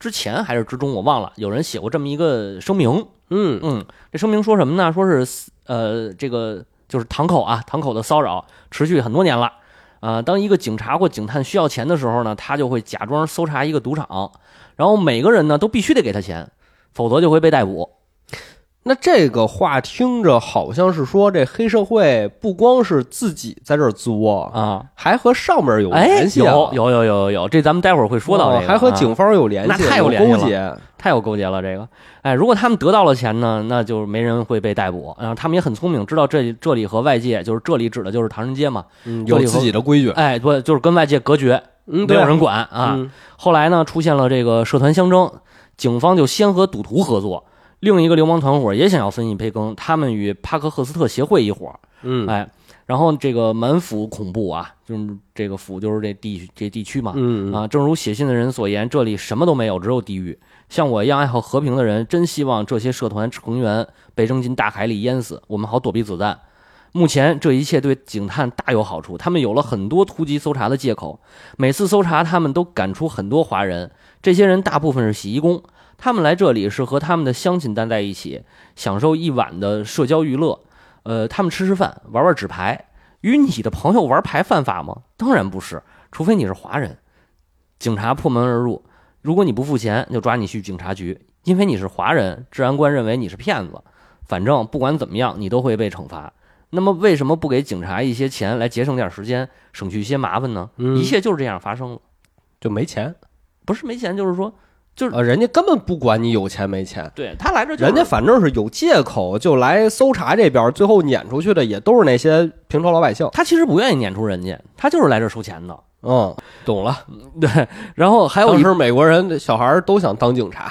之前还是之中，我忘了，有人写过这么一个声明，
嗯
嗯，这声明说什么呢？说是私呃，这个就是堂口啊，堂口的骚扰持续很多年了。啊、当一个警察或警探需要钱的时候呢，他就会假装搜查一个赌场，然后每个人呢都必须得给他钱，否则就会被逮捕。
那这个话听着好像是说，这黑社会不光是自己在这儿作，
啊。
还和上面有
哎，
联系啊、
有有有有有，这咱们待会儿会说到这
哦
个，
还和
啊
警方有联系，
那太有联系了
勾结。
太有勾结了，这个，哎，如果他们得到了钱呢，那就没人会被逮捕。然后他们也很聪明，知道这这里和外界，就是这里指的就是唐人街嘛，
嗯
有
有
自
自
己
己的规矩，
哎，不就是跟外界隔绝，
嗯，
没
对
有人管啊。
嗯
后来呢，出现了这个社团相争，警方就先和赌徒合作，另一个流氓团伙也想要分一杯羹，他们与帕克赫斯特协会一伙儿，
嗯
哎，然后这个满府恐怖啊，就是这个府就是这地这地区嘛，
嗯
啊，正如写信的人所言，这里什么都没有，只有地狱。像我一样爱好和平的人，真希望这些社团成员被扔进大海里淹死，我们好躲避子弹。目前这一切对警探大有好处，他们有了很多突击搜查的借口。每次搜查，他们都赶出很多华人，这些人大部分是洗衣工。他们来这里是和他们的乡亲待在一起，享受一晚的社交娱乐。呃，他们吃吃饭，玩玩纸牌。与你的朋友玩牌犯法吗？当然不是，除非你是华人。警察破门而入，如果你不付钱，就抓你去警察局，因为你是华人，治安官认为你是骗子。反正不管怎么样，你都会被惩罚。那么为什么不给警察一些钱来节省点时间，省去一些麻烦呢？
嗯
一切就是这样发生了，
就没钱
不是没钱，就是说，
啊，人家根本不管你有钱没钱，
对他来这、就是，
人家反正是有借口就来搜查这边，最后撵出去的也都是那些平头老百姓。
他其实不愿意撵出人家，他就是来这收钱的。
嗯，懂了。
对，然后还有
哎当
一
时美国人的小孩儿都想当警察，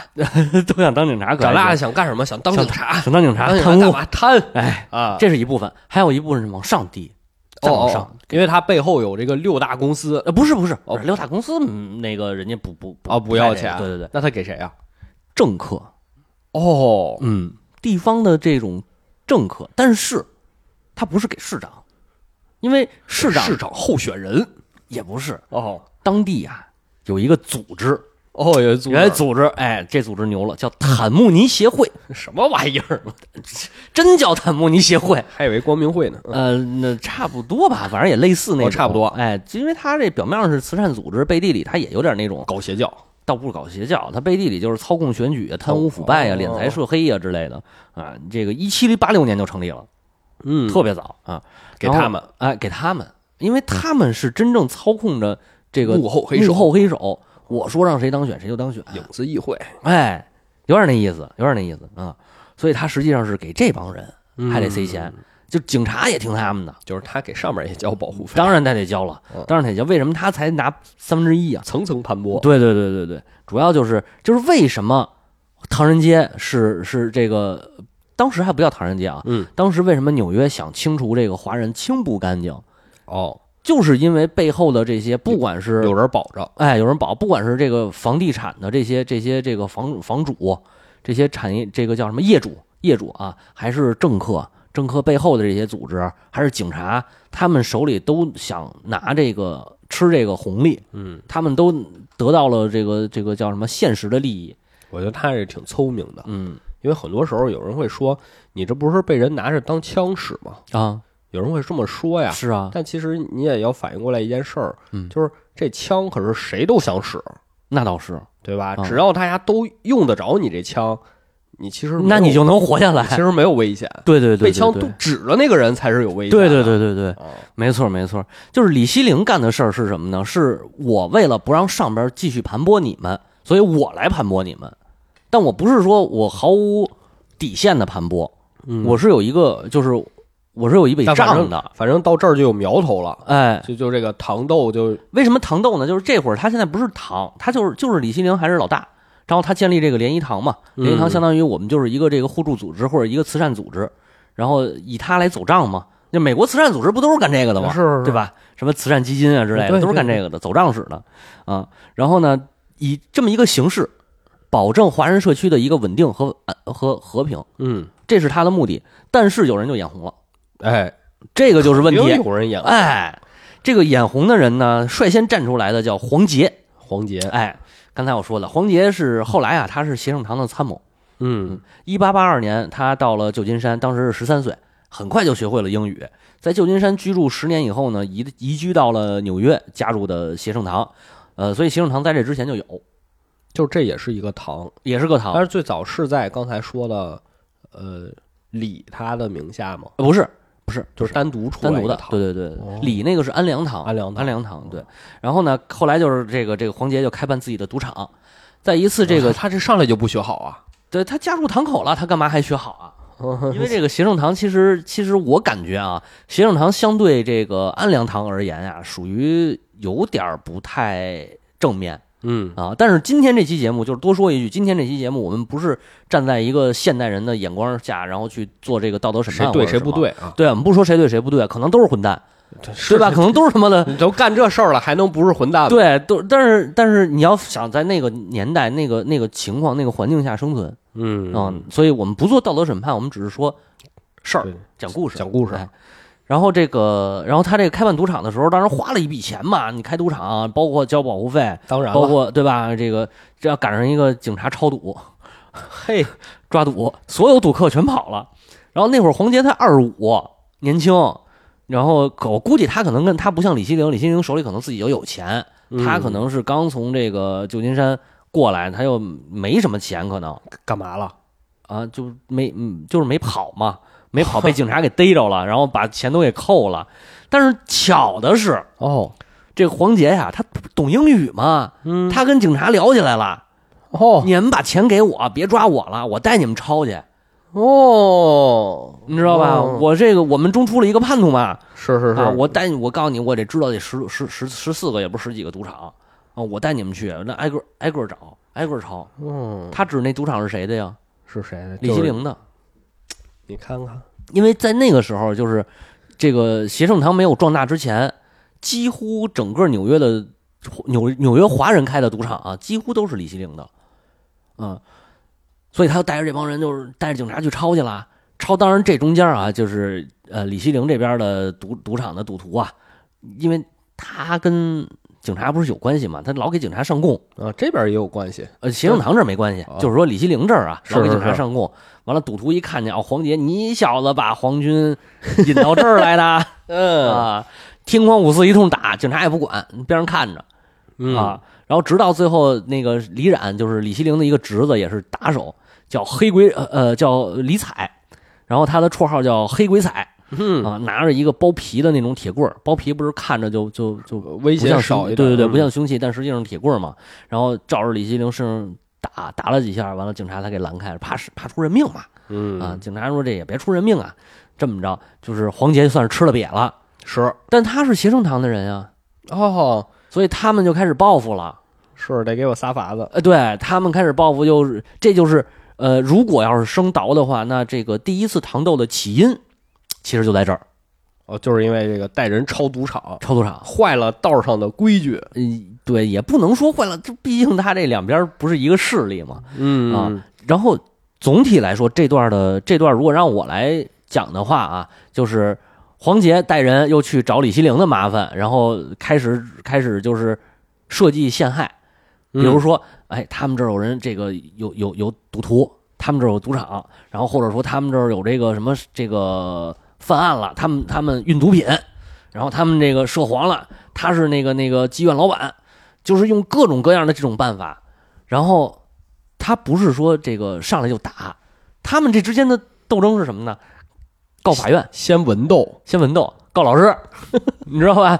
都想当警察，可
长大
还
了
行
想干什么？想当警察。
想当警察
当警察
贪
干
污，
嘛贪？
哎，
啊，
这是一部分，还有一部分是往上递，再
哦
往
哦
上。
因为他背后有这个六大公司，
呃，不是不是，
哦
不是六大公司嗯那个人家不不
哦不
太
要
这个
钱
对对对，
那他给谁啊？
政客，
哦，
嗯，地方的这种政客，但是他不是给市长，因为市长
市长候选人。
也不是
哦
当地啊有一个组织，
哦，有组
原来组织，哎，这组织牛了，叫坦慕尼协会，
嗯 什么玩意儿？啊
真叫坦慕尼协会。
还以为光明会呢。
呃，那差不多吧，反正也类似那种，
嗯哦差不多
哎，因为他这表面上是慈善组织，背地里他也有点那种
搞邪教，
倒不是搞邪教，他背地里就是操控选举、啊贪污腐败呀、
哦
敛财涉黑呀之类的啊。这个一七八六年就成立了，
嗯
特别早啊，
给
然后
他们
哎，给他们，因为他们是真正操控着这个
幕后黑手
幕后黑手。我说让谁当选谁就当选，
影子议会，
哎，有点那意思，有点那意思啊。所以他实际上是给这帮人还得塞钱，就警察也听他们的，
就是他给上面也交保护费，
当然他得交了
嗯，
当然得交。为什么他才拿三分之一啊？
层层盘剥。
对对对对对，主要就是就是为什么唐人街是是这个，当时还不叫唐人街啊，
嗯，
当时为什么纽约想清除这个华人清不干净，
哦，
就是因为背后的这些，不管是
有人保着，
哎，有人保，不管是这个房地产的这些这些这个房房主，这些产业这个叫什么业主业主啊，还是政客，政客背后的这些组织，还是警察，他们手里都想拿这个吃这个红利，
嗯，
他们都得到了这个这个叫什么现实的利益，
我觉得他这挺聪明的，
嗯
因为很多时候有人会说，你这不是被人拿着当枪使吗？
啊，
有人会这么说呀，
是啊，
但其实你也要反应过来一件事儿，
嗯
就是这枪可是谁都想使，
那倒是，
对吧？
嗯
只要大家都用得着你这枪，你其实没有
那你就能活下来
其。实没有危险，
对对对对对，
被枪都指着那个人才是有危险
对
的。
对对对对，
啊，
没错没错，就是李希灵干的事儿是什么呢？是我为了不让上边继续盘剥你们，所以我来盘剥你们，但我不是说我毫无底线的盘剥，
嗯
我是有一个就是我是有一笔
但反
账
正
的。
反正到这儿就有苗头了，
哎，
就就这个糖豆就
为什么糖豆呢？就是这会儿他现在不是糖，他就是就是李希灵还是老大，然后他建立这个联谊堂嘛，
嗯
联谊堂相当于我们就是一个这个互助组织或者一个慈善组织，然后以他来走账嘛。那美国慈善组织不都是干这个的吗？
是
对？吧？什么慈善基金啊之类的，
对
都是干这个的，走账使的啊。然后呢，以这么一个形式，保证华人社区的一个稳定和呃和和平，
嗯，
这是他的目的。但是有人就眼红了，
哎，
这个就是问
也
题。
有人演了
哎，这个眼红的人呢，率先站出来的叫黄杰。
黄杰，
哎，刚才我说了，黄杰是后来啊，他是协圣堂的参谋。
嗯
一八八二年，他到了旧金山，当时是十三岁，很快就学会了英语。在旧金山居住十年以后呢，移移居到了纽约，加入的协圣堂。呃，所以协圣堂在这之前就有，
就这也是一个糖，
也是个
但
堂，
是最早是在刚才说的，呃，李他的名下嘛，
呃不是不是，
就是单独出来
单独
一
的
个。糖
对对对，
哦
李那个是安良堂，
安良堂哦
安良堂对。然后呢，后来就是这个这个黄杰就开办自己的赌场，在一次这个
他这上来就不学好啊，
对他加入堂口了，他干嘛还学好啊？ 因为这个协圣堂，其实其实我感觉啊，协圣堂相对这个安良堂而言啊，属于有点儿不太正面
嗯
啊。但是今天这期节目，就是多说一句，今天这期节目我们不是站在一个现代人的眼光下，然后去做这个道德审
谁
判，
对谁不？对啊？
对，我们不说谁对谁不对，可能都是混蛋，对吧？可能都是他妈的
你都干这事儿了，还能不是混蛋吗？
对，都但是但是你要想在那个年代、那个那个情况、那个环境下生存，
嗯
嗯，所以我们不做道德审判，我们只是说事儿
对，
讲故事，
讲故事
哎然后这个，然后他这个开办赌场的时候，当然花了一笔钱嘛，你开赌场，包括交保护费，
当然了，
包括对吧？这个这要赶上一个警察超赌，嘿， 抓赌，所有赌客全跑了。然后那会儿黄杰才二十五，年轻，然后可我估计他可能跟他不像李希灵，李希灵手里可能自己就有钱，
嗯
他可能是刚从这个旧金山过来，他又没什么钱，可能。
干嘛了？
啊，就没嗯，就是没跑嘛，没跑被警察给逮着了，然后把钱都给扣了。但是巧的是，
哦
这个黄杰呀、他懂英语嘛，
嗯
他跟警察聊起来了，
哦
你们把钱给我，别抓我了，我带你们抄去，
哦，
你知道吧？
哦
我这个我们中出了一个叛徒嘛，
是是是，
啊，我带你，我告诉你，我得知道得十十十十四个，也不是十几个赌场啊，我带你们去，那挨个挨个找，挨个抄。
嗯
他指那赌场是谁的呀？
是谁的？
李希
就是，
灵的。
你看看，
因为在那个时候，就是这个协圣堂没有壮大之前，几乎整个纽约的纽纽约华人开的赌场啊，几乎都是李希灵的，嗯，所以他带着这帮人就是带着警察去抄去了，抄。当然这中间啊，就是呃李希灵这边的赌赌场的赌徒啊，因为他跟警察不是有关系嘛，他老给警察上供，
啊，这边也有关系，
呃，协圣堂这儿没关系，
啊
就是说李希灵这儿啊，
是
老给警
是
察
是
上供，完了赌徒一看见哦，黄杰，你小子把皇军引到这儿来的
嗯
啊，天光五四一通打，警察也不管，边上看着
嗯
啊，，然后直到最后那个李冉，就是李希灵的一个侄子，也是打手，叫黑鬼，呃呃，叫李彩，然后他的绰号叫黑鬼彩
嗯，
啊，拿着一个包皮的那种铁棍儿，包皮不是看着就就就
嗯危
不
险
像
少
凶
一点，
对对对，
嗯
不像凶器，但实际上是铁棍儿嘛。然后照着李希灵身上打打了几下，完了警察才给拦开了，怕是怕出人命嘛。
嗯
啊，警察说这也别出人命啊，这么着就是黄杰算是吃了瘪了，
是
但他是协圣堂的人啊，
哦
所以他们就开始报复了。
是得给我仨法子。
呃，对他们开始报复，就是这就是呃，如果要是生倒的话，那这个第一次糖豆的起因其实就在这儿，
哦，就是因为这个带人抄赌场，
超赌场。
坏了道上的规矩。
嗯，对，也不能说坏了，这毕竟他这两边不是一个势力嘛。
嗯
啊然后总体来说，这段的这段如果让我来讲的话啊，就是黄杰带人又去找李希灵的麻烦，然后开始开始就是设计陷害，比如说，哎，他们这儿有人这个有有有赌徒，他们这儿有赌场，然后或者说他们这儿有这个什么这个犯案了，他们他们运毒品，然后他们这个涉黄了，他是那个那个妓院老板，就是用各种各样的这种办法，然后他不是说这个上来就打，他们这之间的斗争是什么呢？告法院，
先文斗，
先文斗，告老师， 你知道吧？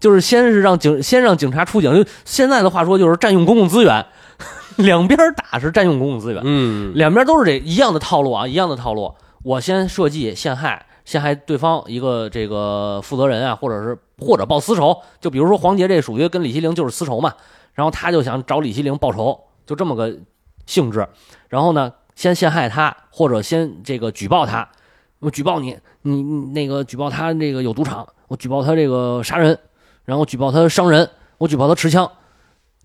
就是先是让警，先让警察出警。就现在的话说，就是占用公共资源， 两边打是占用公共资源，
嗯，
两边都是这一样的套路啊，一样的套路。我先设计陷害，陷害对方一个这个负责人啊，或者是或者报私仇。就比如说黄杰这属于跟李希灵就是私仇嘛，然后他就想找李希灵报仇，就这么个性质。然后呢，先陷害他，或者先这个举报他，我举报你，你你那个举报他这个有赌场，我举报他这个杀人，然后举报他伤人，我举报他持枪，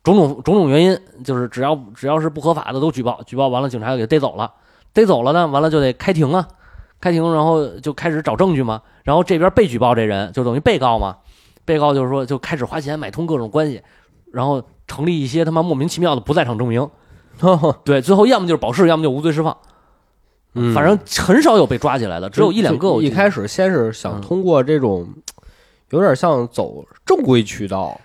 种种种种原因，就是只要只要是不合法的都举报，举报完了警察就给逮走了，逮走了呢，完了就得开庭啊，开庭然后就开始找证据嘛，然后这边被举报这人就等于被告嘛，被告就是说就开始花钱买通各种关系，然后成立一些他妈莫名其妙的不在场证明，对，最后要么就是保释，要么就无罪释放，
哦嗯
反正很少有被抓起来的，只有一两个
就
我记
一
得。
开始先是想
嗯
通过这种，有点像走正规渠道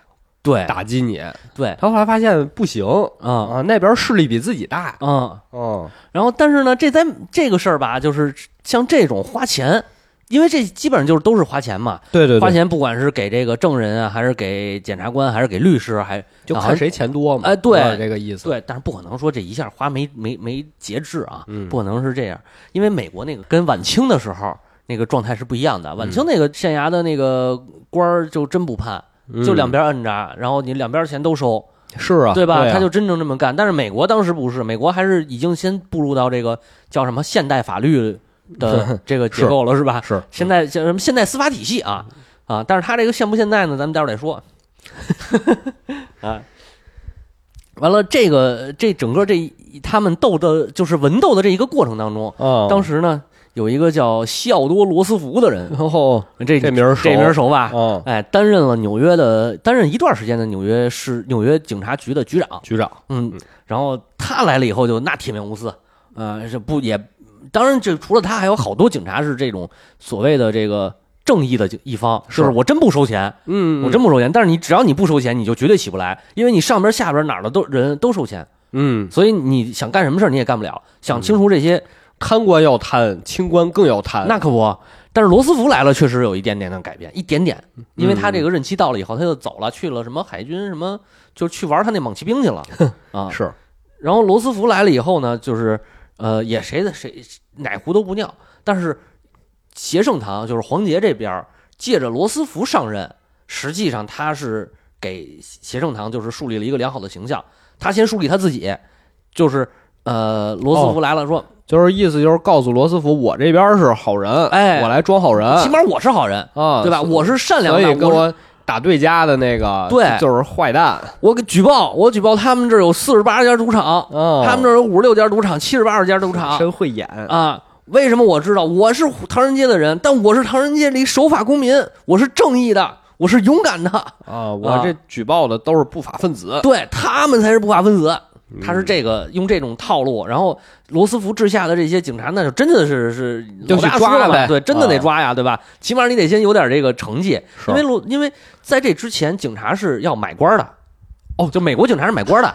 对
打击你，
对，
他后来发现不行
嗯
啊，那边势力比自己大，
嗯，
嗯，
然后但是呢，这在这个事儿吧，就是像这种花钱，因为这基本上就是都是花钱嘛，
对对
花，钱不管是给这个证人啊，还是给检察官，还是给律师，啊还
就看谁钱多嘛，
哎对
有点这个意思，
对，但是不可能说这一下花没没没节制啊，
嗯
不可能是这样，因为美国那个跟晚清的时候那个状态是不一样的，晚清那个县衙的那个官儿就真不判，
嗯
就两边摁着，然后你两边钱都收，
是啊，
对
对
吧？
啊
他就真正这么干。但是美国当时不是，美国还是已经先步入到这个叫什么现代法律 的这个结构了，是吧？
是
现在叫什么现代司法体系啊啊！但是他这个现不现代呢？咱们待会儿得说。 啊，完了，这个这整个这一他们斗的，就是文斗的这一个过程当中，
啊，
当时呢有一个叫西奥多·罗斯福的人，
然后
这
这名儿熟
这名儿熟吧？
啊，
哎，担任了纽约的担任一段时间的纽约市纽约警察局的局长，
局长，
嗯，然后他来了以后就那铁面无私，呃，这不也，当然这除了他还有好多警察是这种所谓的这个正义的一方，就是是我真不收钱，
嗯
我真不收钱，但是你只要你不收钱，你就绝对起不来，因为你上边下边哪儿的都人都收钱，
嗯，
所以你想干什么事儿你也干不了，想清除这些
贪官要贪，清官更要贪，
那可不。但是罗斯福来了，确实有一点点的改变，一点点，因为他这个任期到了以后，他就走了，去了什么海军什么，就去玩他那猛骑兵去了啊。
是
然后罗斯福来了以后呢，就是呃，也谁的谁哪壶都不尿，但是协圣堂就是黄杰这边儿借着罗斯福上任，实际上他是给协圣堂就是树立了一个良好的形象。他先树立他自己，就是呃，罗斯福来了说，
就是意思就是告诉罗斯福，我这边是好人，
哎
我来装好人
起码我是好人，
哦啊，
对吧？我是善良
所
的，
以跟
我
我打对家的那个，
对
就是坏蛋。
我给举报，我举报他们这儿有四十八家赌场，
嗯
他们这儿有五十六家赌场，七十八家赌场，
真会演，
啊。为什么我知道我是唐人街的人，但我是唐人街里守法公民，我是正义的，我是勇敢的，
啊，我这举报的都是不法分子。
对他们才是不法分子。他是这个用这种套路，然后罗斯福治下的这些警察，那就真的是是
就去
老大
抓
说了嘛
呗
对，真的得
啊
抓呀，对吧？起码你得先有点这个成绩，
是
因为罗因为在这之前，警察是要买官的，哦，就美国警察是买官的，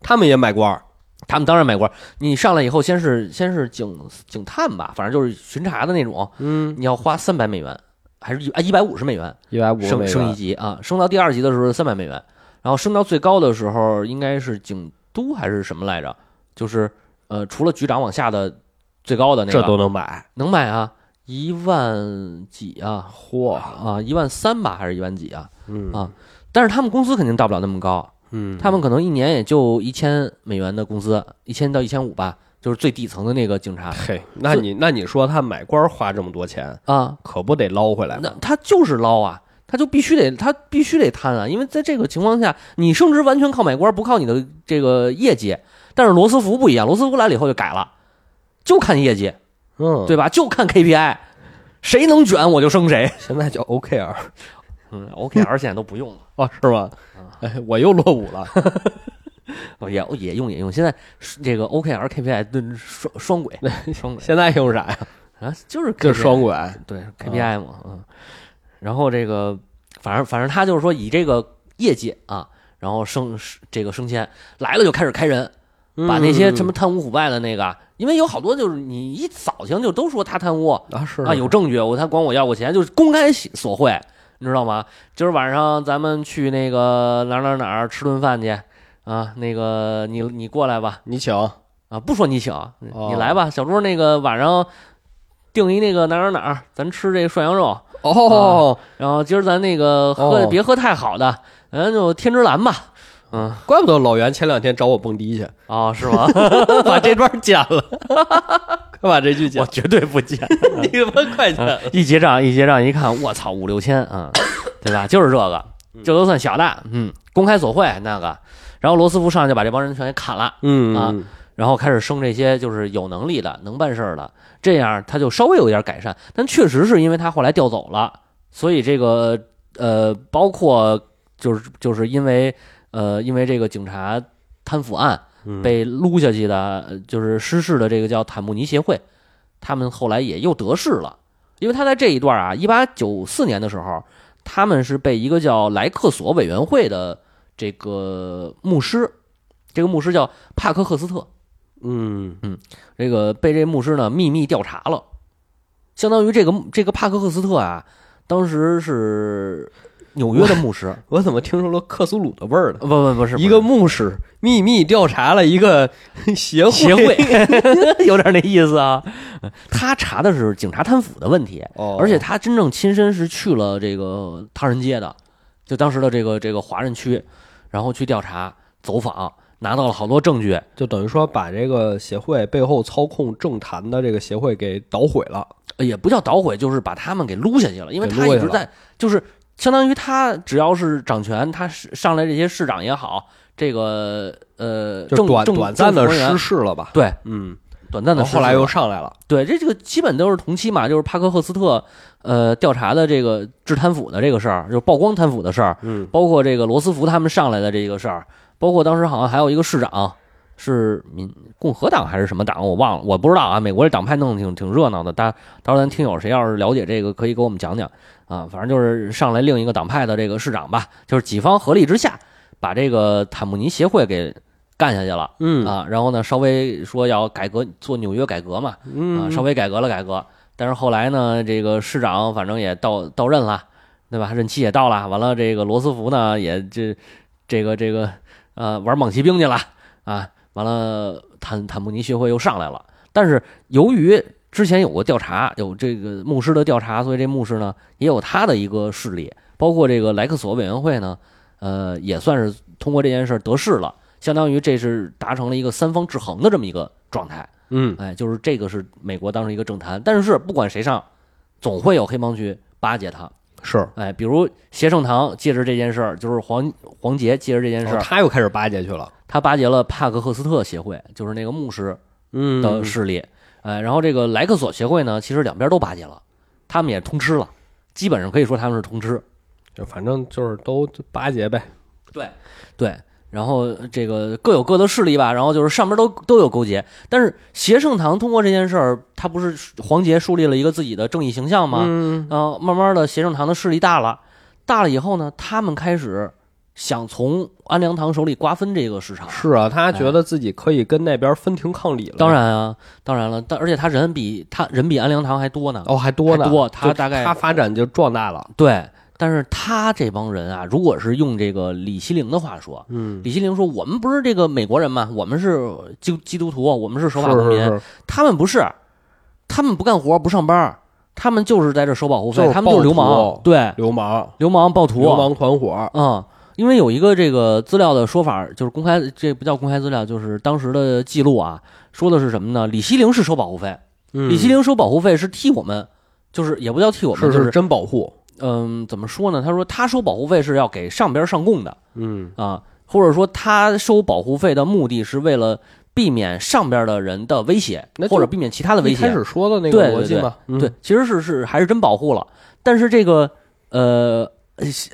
他们也买官儿，
他们当然买官。你上来以后，先是先是警警探吧，反正就是巡查的那种，
嗯，
你要花三百美元，还是啊一百五十美元
一百五十
升升一级啊？升到第二级的时候三百美元，然后升到最高的时候应该是警督还是什么来着？就是呃，除了局长往下的最高的那个，
这都能买，
能买啊，一万几啊
嚯，
啊，一万三吧，还是一万几啊？
嗯
啊但是他们工资肯定到不了那么高，
嗯，
他们可能一年也就一千美元的工资，一千到一千五吧，就是最底层的那个警察
嘿，那你那你说他买官花这么多钱，
啊。
可不得捞回来
那
吗？
他就是捞啊，他就必须得他必须得贪啊，因为在这个情况下，你升职完全靠买官，不靠你的这个业绩。但是罗斯福不一样，罗斯福来了以后就改了，就看业绩，
嗯，
对，吧？就看 KPI，谁能卷我就升谁。
现在叫 OKR
嗯，OKR 现在都不用了，
哦，是吗？哎，我又落 伍了。
哦也也用也用。现在是这个 OKR KPI 对双双 轨，双轨
现在用啥呀？
啊，就是
就是双轨。
对 KPI 嘛，嗯，然后这个反正反正他就是说以这个业绩啊，然后升这个升迁来了就开始开人，
嗯
把那些什么贪污腐败的那个，因为有好多就是你一扫清就都说他贪污
啊是
啊，有证据，我他管我要过钱，就是公开索贿，你知道吗？今儿晚上咱们去那个哪儿哪儿哪儿吃顿饭去啊，那个你你过来吧，
你请
啊，不说你请，你来吧，小朱，那个晚上订一那个哪儿哪儿哪儿，咱吃这涮羊肉，
哦，
然后今儿咱那个喝、
哦
别喝太好的，咱就天之蓝吧。嗯，
怪不得老袁前两天找我蹦迪去，
哦，是吗？
把这段剪了，快把这句 剪
我
了， 啊
绝对不 见。
你们快剪。
嗯一结账，一结账，一看，我操，五六千 啊，对吧？就是这个，这都算小的。嗯，公开索贿那个，然后罗斯福上去把这帮人全给砍了。
嗯
啊然后开始升这些就是有能力的、能办事儿的，这样他就稍微有一点改善。但确实是因为他后来调走了，所以这个呃，包括就是就是因为呃，因为这个警察贪腐案
嗯
被撸下去的，呃就是失事的这个叫坦慕尼协会，他们后来也又得势了，因为他在这一段啊，一八九四年的时候，他们是被一个叫莱克索委员会的这个牧师，这个牧师叫帕克赫斯特，
嗯
这个被这牧师呢秘密调查了，相当于这个这个帕克赫斯特啊，当时是纽约的牧师，
我怎么听出了克苏鲁的味儿了？
不不不是
一个牧师秘密调查了一个 协会，
协会， 有点那意思啊。他查的是警察贪腐的问题，
哦，
而且他真正亲身是去了这个唐人街的，就当时的这个这个华人区，然后去调查走访，拿到了好多证据。
就等于说把这个协会背后操控政坛的这个协会给捣毁了。
呃也不叫捣毁，就是把他们给撸下去了，因为
给
他
撸
一
下
直
了
在，就是相当于他只要是掌权，他是上来这些市长也好，这个呃
就
政
短
政
短暂的
政府官
失
员
势了吧？
对
嗯，
短暂的
然
失
后后来
势
又
了
上来了。
对这这个基本都是同期嘛，就是帕克赫斯特呃调查的这个治贪腐的这个事儿，就是曝光贪腐的事儿，
嗯，
包括这个罗斯福他们上来的这个事儿，包括当时好像还有一个市长是民共和党还是什么党，我忘了，我不知道啊。美国这党派弄得挺挺热闹的，大到时候咱听友谁要是了解这个，可以给我们讲讲啊。反正就是上来另一个党派的这个市长吧，就是几方合力之下，把这个坦姆尼协会给干下去了。
嗯
啊，然后呢，稍微说要改革，做纽约改革嘛，
嗯
啊，稍微改革了改革，但是后来呢，这个市长反正也到到任了，对吧？任期也到了，完了这个罗斯福呢也这这个这个呃玩猛骑兵去了啊，完了坦坦布尼学会又上来了，但是由于之前有过调查，有这个牧师的调查，所以这牧师呢也有他的一个势力，包括这个莱克索委员会呢，呃，也算是通过这件事儿得势了，相当于这是达成了一个三方制衡的这么一个状态。
嗯
哎，就是这个是美国当时一个政坛，但是不管谁上，总会有黑帮去巴结他。
是，哦
哎，比如协圣堂借着这件事儿，就是黄黄杰借着这件事儿，
他又开始巴结去了。
他巴结了帕克赫斯特协会，就是那个牧师
嗯
的势力。哎，然后这个莱克索协会呢，其实两边都巴结了，他们也通吃了，基本上可以说他们是通吃。
就反正就是都巴结呗。
对对，然后这个各有各的势力吧，然后就是上面都都有勾结，但是协圣堂通过这件事儿，他不是黄杰树立了一个自己的正义形象吗？
嗯
然后慢慢的协政堂的势力大了，大了以后呢，他们开始想从安良堂手里瓜分这个市场。
是啊，他觉得自己可以跟那边分庭抗礼了。
哎当然啊，当然了，但而且他人比他人比安良堂还多呢。
哦，还多呢，
还多他
就
大概
他发展就壮大了。
对，但是他这帮人啊，如果是用这个李希灵的话说，
嗯，
李希灵说我们不是这个美国人嘛，我们是基基督徒，我们是守
是
法公民，
是是，
他们不是，他们不干活不上班，他们就是在这收保护费，
就是
他们就是流
暴
氓，
徒
对，
流氓，
流氓暴徒，
流氓团伙。
嗯，因为有一个这个资料的说法，就是公开，这不叫公开资料，就是当时的记录啊，说的是什么呢？李希龄是收保护费，
嗯
李希龄收保护费是替我们，就是也不叫替我们，
是
就是
真保护，
嗯，怎么说呢？他说他收保护费是要给上边上供的
嗯
啊，或者说他收保护费的目的是为了避免上边的人的威胁
那，就
或者避免其他的威
一
胁
开。始说的那
对
个
对
逻辑
对
嘛，嗯
对，，其实是是还是真保护了，但是这个呃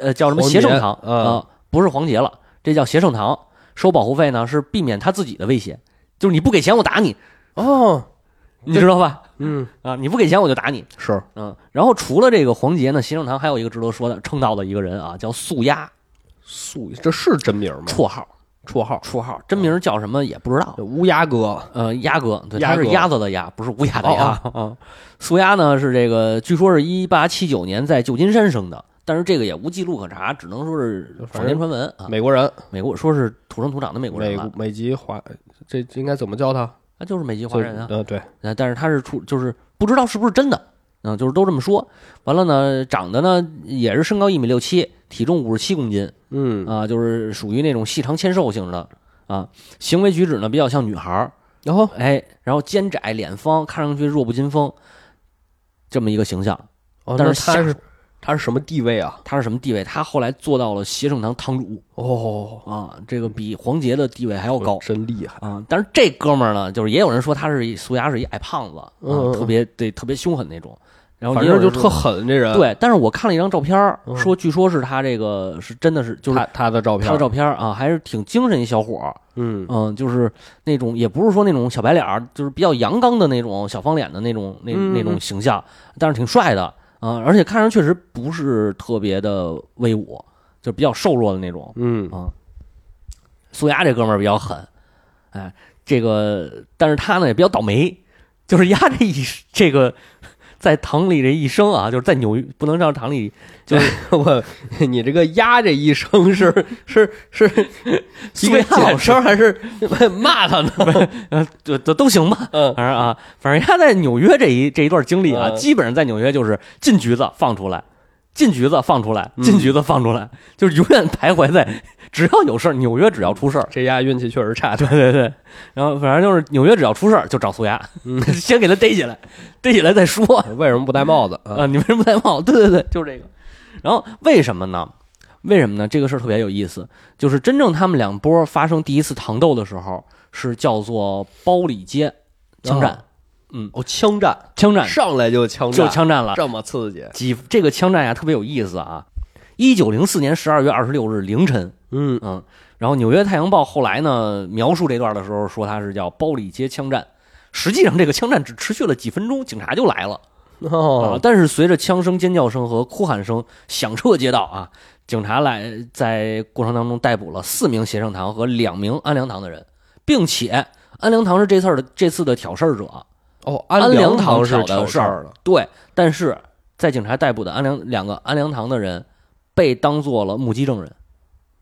呃叫什么
黄
协圣
杰
堂啊、
嗯
不是黄杰了，这叫协圣堂收保护费呢，是避免他自己的威胁，就是你不给钱我打你，
哦，
你知道吧？
嗯
啊，你不给钱我就打你。
是，
嗯，然后除了这个黄杰呢，协圣堂还有一个值得说的称道的一个人啊，叫素鸦，
素这是真名吗？
绰号
绰号
绰号，真名叫什么也不知道。
乌鸦哥，
呃，鸭哥，对，
鸭
他是
哥
鸭子的鸭，不是乌鸦的
哦
鸭啊。苏鸭呢是这个，据说是一八七九年在旧金山生的，但是这个也无记录可查，只能说是坊
反正
间传闻啊。
美国人，
美国说是土生土长的美国人
哦美啊
吧，
美籍华，这这应该怎么叫他？
啊，就是美籍华人啊。
呃，对，
呃但是他是出，就是不知道是不是真的，嗯、就是都这么说。完了呢，长得呢也是身高一米六七，体重五十七公斤，
嗯，
啊，就是属于那种细长纤瘦型的啊，行为举止呢比较像女孩儿，
然后
哎，然后肩窄脸方，看上去弱不禁风，这么一个形象。
哦
但
那
是
他
下
是他是什么地位啊？
他是什么地位？他后来做到了协圣堂堂主
哦，
啊，这个比黄杰的地位还要高
真厉害，
啊。但是这哥们儿呢，就是也有人说他是一苏牙是一矮胖子，啊，
嗯嗯
特别对特别凶狠那种，然后
反
也有
正就
人
特
说
狠，这人，，
对。但是我看了一张照片儿，
嗯
说据说是他这个是真的是就是
他他的照片，
他的照片儿啊，还是挺精神一小伙儿。
嗯，
嗯，就是那种也不是说那种小白脸儿，就是比较阳刚的那种小方脸的那种那
嗯
那种形象，但是挺帅的啊、而且看上去确实不是特别的威武，就比较瘦弱的那种。
嗯
苏牙这哥们儿比较狠，哎，这个但是他呢也比较倒霉，就是压这一这个在堂里这一生啊，就是在纽约不能上堂里
我，你这个鸭这一声是是是 一
苏
个
亚老
简
师
称还 是骂他呢？
呃，都都行吧，
嗯
反正啊，反正他在纽约这一这一段经历啊，
嗯
基本上在纽约就是进局子放出来，进局子放出来，
嗯
进局子放出来，就是永远徘徊在只要有事儿，纽约只要出事 儿，
这鸭运气确实差，对，
对对对，然后反正就是纽约只要出事儿就找苏牙，
嗯
先给他逮起来，逮起来再说
为什么不戴帽子啊？
啊，你为什么戴帽？对对对，就是这个。然后为什么呢？为什么呢？这个事儿特别有意思，就是真正他们两波发生第一次糖斗的时候，是叫做包里街枪战，
哦，枪战，
枪战
上来就枪
就
战，啊
枪战了。
这么刺激，
几这个枪战呀，特别有意思啊。一九零四年十二月二十六日凌晨，
嗯
嗯，然后《纽约太阳报》后来呢描述这段的时候说它是叫包里街枪战，实际上这个枪战只持续了几分钟，警察就来了。啊
哦，，
但是随着枪声、尖叫声和哭喊声响彻街道啊，警察来在过程当中逮捕了四名协圣堂和两名安良堂的人，并且安良堂是这次儿的这次的挑事儿者。
哦，
安良
良
堂
是
挑的
挑
事
事
儿
儿了，
对，但是在警察逮捕的安良两个安良堂的人被当做了目击证人。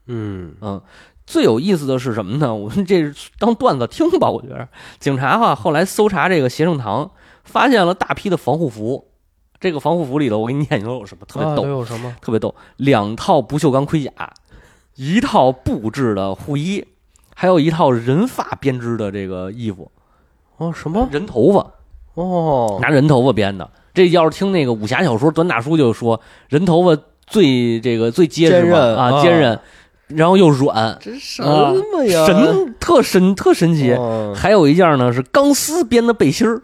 嗯，
嗯，最有意思的是什么呢？我们这是当段子听吧，我觉得。警察哈、后来搜查这个协圣堂，发现了大批的防护服。这个防护服里头，我给你念一都有什么特别
啊
逗，
都有什么？
特别逗，两套不锈钢盔甲，一套布制的护衣，还有一套人发编织的这个衣服，
哦，什么？
人头发。
哦，
拿人头发编的。这要是听那个武侠小说，短打叔就说人头发最这个最结实
坚
嘛
韧
啊，
啊
坚韧，然后又软，
这什么哎呀？
神特神特神奇。
哦
还有一件呢是钢丝编的背心儿，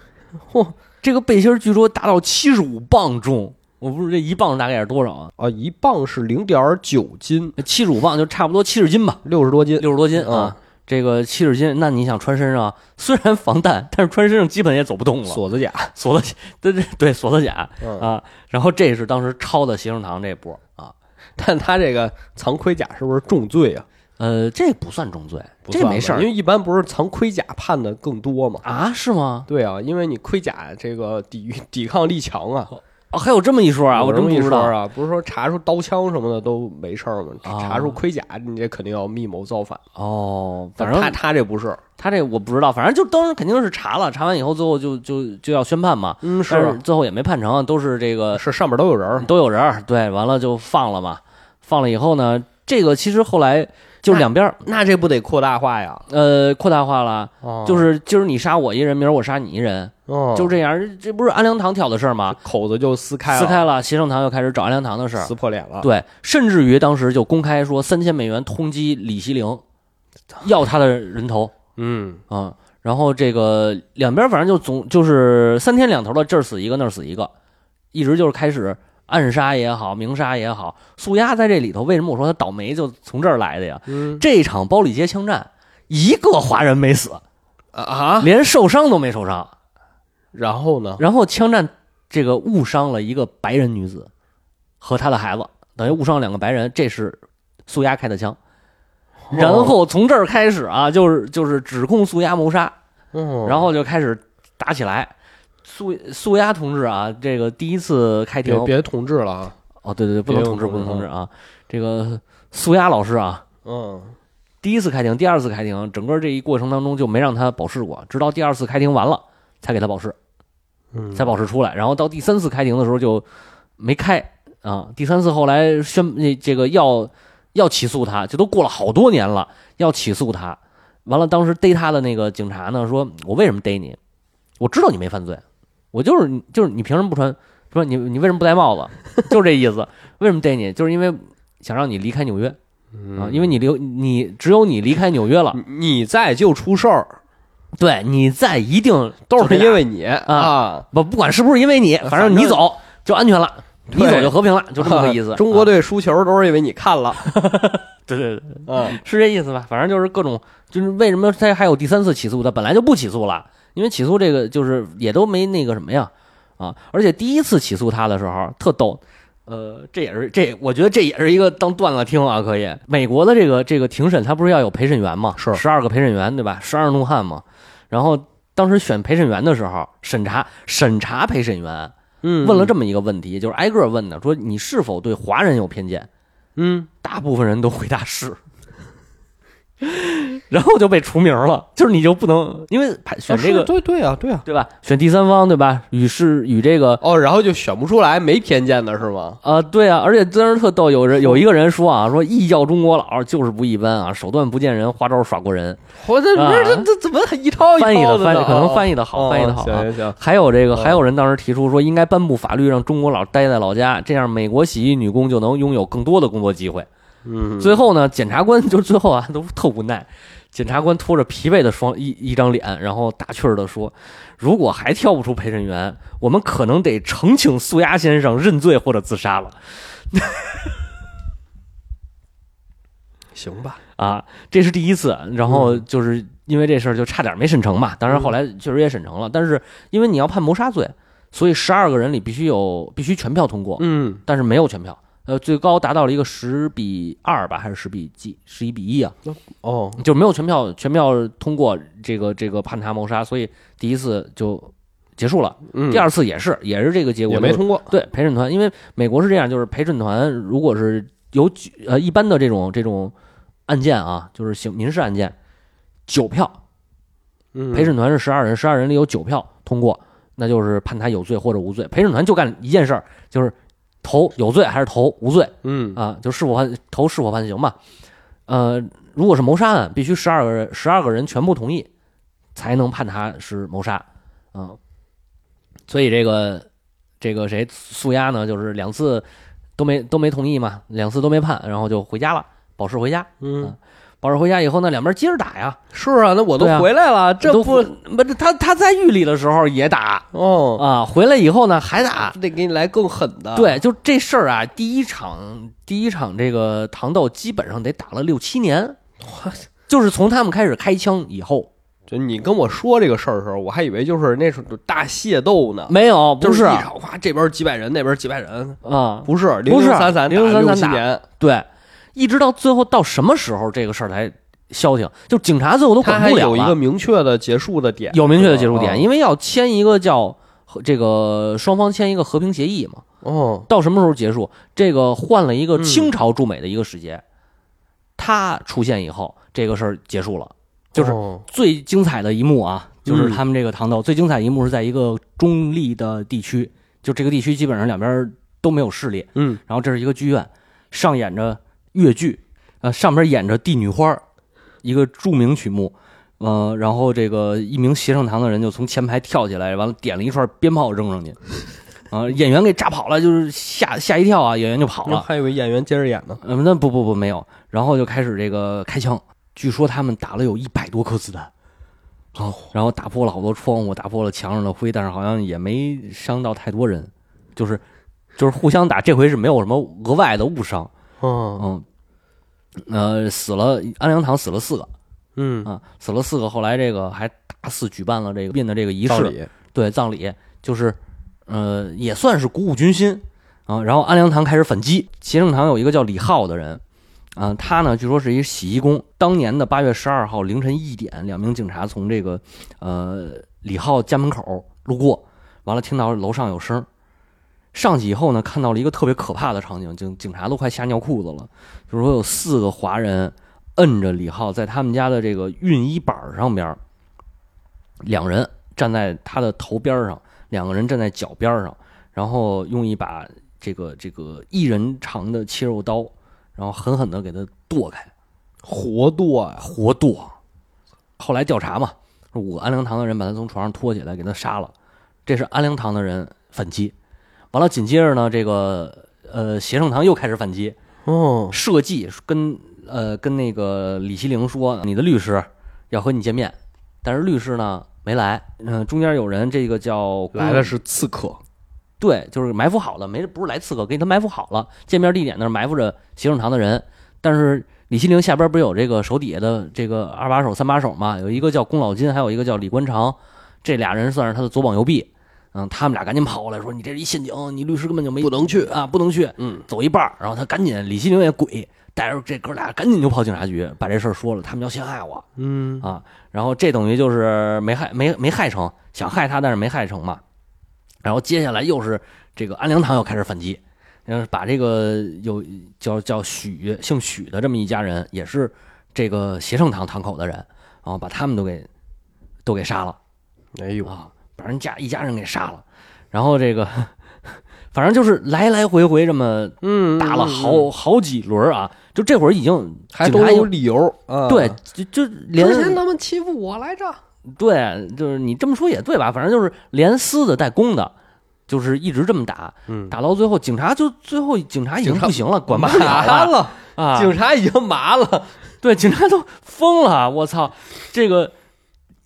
嚯，这个背心儿据说达到七十五磅重，我不知道这一磅大概是多少啊？
啊，一磅是零点九斤，
七十五磅就差不多七十斤吧，
六十多斤，
六十多斤啊。这个七十斤，那你想穿身上，虽然防弹，但是穿身上基本也走不动了。
锁子甲，
锁子，对对对，锁子甲，
嗯
啊，然后这是当时抄的协圣堂这波啊，
但他这个藏盔甲是不是重罪啊？
呃，这不算重罪，
不
这
算
没
吧
事儿
因为一般不是藏盔甲判的更多嘛。
啊，是吗？
对啊，因为你盔甲这个抵御抵抗力强啊，
哦，还有这么一说啊，我
有这
真
么
不
一
知
说
道。
啊，不是说查出刀枪什么的都没事儿吗？
啊
查出盔甲，你这肯定要密谋造反。
哦，反
但
正
他他这不是，
他这我不知道，反正就当时肯定是查了，查完以后最后就就就要宣判嘛，
嗯，
但是最后也没判成，都是这个
呃是上面都有人儿，
都有人儿，对，完了就放了嘛。放了以后呢，这个其实后来就两边儿
那这不得扩大化呀？，
呃扩大化了，就是是今儿你杀我一人，明儿我杀你一人，就
就
这样，这不是安良堂挑的事儿吗？
口子就撕开了，
撕开了，协圣堂又开始找安良堂的事儿
撕，破脸了。
对，甚至于当时就公开说三千美元通缉李希灵，要他的人头
嗯，
啊、然后这个两边反正就总就是三天两头的这儿死一个那儿死一个，一直就是开始暗杀也好，明杀也好，素鸦在这里头为什么我说他倒霉就从这儿来的呀？
嗯
这场包里街枪战一个华人没死，
啊，
连受伤都没受伤，
然后呢？
然后枪战这个误伤了一个白人女子和她的孩子，等于误伤了两个白人，这是苏押开的枪。
哦
然后从这儿开始啊，就是就是指控苏押谋杀，
嗯，
然后就开始打起来。苏苏押同志啊，这个第一次开庭
别别同志了啊，
哦，对对对，不能
别
同志，
用
不能同
同
志
志
啊。这个苏押老师啊，
嗯，
第一次开庭，第二次开庭，整个这一过程当中就没让他保释过，直到第二次开庭完了才给他保释。
嗯
才保释出来。然后到第三次开庭的时候就没开啊，第三次后来宣那这个要要起诉他，这都过了好多年了，要起诉他。完了，当时逮他的那个警察呢，说我为什么逮你？我知道你没犯罪，我就是就是你凭什么不穿？说你你为什么不戴帽子？就是这意思。为什么逮你？就是因为想让你离开纽约啊，因为你留你只有你离开纽约了，
嗯你你在就出事儿，
对你在一定
都
就这
是
样
因为你啊，
不不管是不是因为你，反正你走就安全了，你走就和平了，就这么个意思。 啊
中国
队，
队输球都是因为你看 了，
对对对，
嗯，
是这意思吧？反正就是各种，就是为什么他还有第三次起诉的？本来就不起诉了，因为起诉这个就是也都没那个什么呀啊！而且第一次起诉他的时候特逗，呃，这也是这，我觉得这也是一个当段子听啊，可以。美国的这个这个庭审，他不是要有陪审员嘛？
是
十二个陪审员对吧？十二怒汉嘛。然后当时选陪审员的时候，审查审查陪审员。
嗯
问了这么一个问题，就是挨个儿问的，说你是否对华人有偏见？
嗯，
大部分人都回答是， 然后就被除名了。就是你就不能因为排选这
是
个、
对对啊，对啊，
对吧？选第三方对吧？与是与这个
哦，然后就选不出来没偏见的是吗？
啊、对啊，而且当时特逗，有人有一个人说啊，说异教中国佬就是不一般啊，手段不见人，花招耍过人。
我这
啊
不是这这怎么还一套一
翻译
套
的翻译
呢
可能翻译的好，
哦
翻译的好、啊。
行行行，
还有这个，还
嗯
有人当时提出说，应该颁布法律，让中国佬待在老家，这样美国洗衣女工就能拥有更多的工作机会。
嗯，
最后呢，检察官就最后啊都特无奈，检察官拖着疲惫的双一一张脸，然后大气儿的说：“如果还挑不出陪审员，我们可能得呈请素鸦先生认罪或者自杀了
行吧，
啊！”这是第一次，然后
嗯
就是因为这事儿就差点没审成嘛。当然后来确实也审成了，但是因为你要判谋杀罪，所以十二个人里必须有必须全票通过，
嗯，
但是没有全票。呃，最高达到了一个十比二吧，还是十比几？十一比一啊？
哦，
就没有全票全票通过这个这个判他谋杀，所以第一次就结束了。
嗯
第二次也是也是这个结果，
也没
就是
通过，
对陪审团，因为美国是这样，就是陪审团如果是有举呃一般的这种这种案件啊，就是刑民事案件，九票
嗯
陪审团是十二人，十二人里有九票通过，那就是判他有罪或者无罪。陪审团就干一件事儿，就是投有罪还是投无罪。
嗯
啊，就是否判投是否判刑嘛。呃，如果是谋杀案，必须十二个人十二个人全部同意，才能判他是谋杀。嗯，所以这个这个谁苏押呢，就是两次都没都没同意嘛，两次都没判，然后就回家了，保释回家。
嗯，
保释回家以后呢，两边接着打呀，
是啊，那我都
对啊
回来了，这
都
不
不是他他在狱里的时候也打
哦，
啊，回来以后呢还打，
得给你来更狠的，，
啊对，就这事儿啊，第一场第一场这个糖豆基本上得打了六七年，就是从他们开始开枪以后，
就你跟我说这个事儿的时候，我还以为就是那种大械斗呢，
没有，嗯不
就是一
啊、
场哗，这边几百人，那边几百人，
嗯
不是，
不是
散
0033
散六七
打
年，
对，一直到最后到什么时候这个事儿才消停？就警察最后都
他
管
还
不了
有一
了
个明确的结束的点，
有明确的结束点，
嗯
因为要签一个叫和这个双方签一个和平协议嘛。
哦，
到什么时候结束？这个换了一个
嗯
清朝驻美的一个使节，他出现以后，这个事儿结束了。
就是
哦
最精彩的一幕啊，就是
嗯
他们这个糖豆、最精彩一幕是在一个中立的地区，就这个地区基本上两边都没有势力，
嗯
啊
然后这是一个剧院，上演着越剧，
呃，上面演着《帝女花》，一个著名曲目。嗯、然后这个一名协圣堂的人就从前排跳起来，完了点了一串鞭炮扔上去，啊、演员给炸跑了，就是吓吓一跳啊，演员就跑
那
了。
还以为演员接着演呢。
嗯，那不不不，没有。然后就开始这个开枪，据说他们打了有一百多颗子弹，
哦，
然后打破了好多窗户，打破了墙上的灰，但是好像也没伤到太多人，就是就是互相打，这回是没有什么额外的误伤，
嗯
嗯，呃，死了安良堂死了四个
嗯，
啊，死了四个，后来这个还大肆举办了这个殡的这个仪
道
式，
理
对葬礼，就是呃也算是鼓舞军心啊。然后安良堂开始反击，协圣堂有一个叫李浩的人啊，他呢据说是一洗衣工。当年的八月十二号凌晨一点，两名警察从这个呃李浩家门口路过，完了听到楼上有声儿。上去以后呢，看到了一个特别可怕的场景，警警察都快吓尿裤子了。就是说有四个华人摁着李浩在他们家的这个熨衣板儿上边儿，两人站在他的头边儿上，两个人站在脚边儿上，然后用一把这个这个一人长的切肉刀，然后狠狠的给他剁开，
活啊剁呀，
活剁。后来调查嘛，说五个安良堂的人把他从床上拖起来，给他杀了。这是安良堂的人反击，完了紧接着呢，这个呃协圣堂又开始反击，
哦，
设计跟呃跟那个李希灵说，你的律师要和你见面，但是律师呢没来。嗯、中间有人这个叫
来了是刺客，
对，就是埋伏好了，没不是来刺客，给他埋伏好了。见面地点那儿埋伏着行政堂的人，但是李希灵下边不是有这个手底下的这个二把手、三把手嘛？有一个叫宫老金，还有一个叫李关长，这俩人算是他的左膀右臂。嗯，他们俩赶紧跑过来说：“你这是一陷阱，你律师根本就没
不能去
啊，不能去。”
嗯，
走一半儿，然后他赶紧，李希灵也鬼，带着这哥俩赶紧就跑警察局，把这事儿说了，他们要陷害我。啊
嗯
然后这等于就是没害没没害成，想害他但是没害成嘛。然后接下来又是这个安良堂又开始反击，然后把这个有叫叫许姓许的这么一家人，也是这个协圣堂堂口的人，然后把他们都给都给杀了。
哎呦，
啊，把人家一家人给杀了，然后这个 反正就是来来回回这么
嗯
打了好好几轮儿啊，就这会儿已经
还
警
都
察已
有
经
理由啊。
对，就就连
他们欺负我来着，
对，就是你这么说也对吧？反正就是连私的带公的，就是一直这么打，
嗯，
打到最后，警察就最后警察已经
警察
不行了，管不
麻
了了
了，
啊！
警察已经麻了。
对，警察都疯了，我操！这个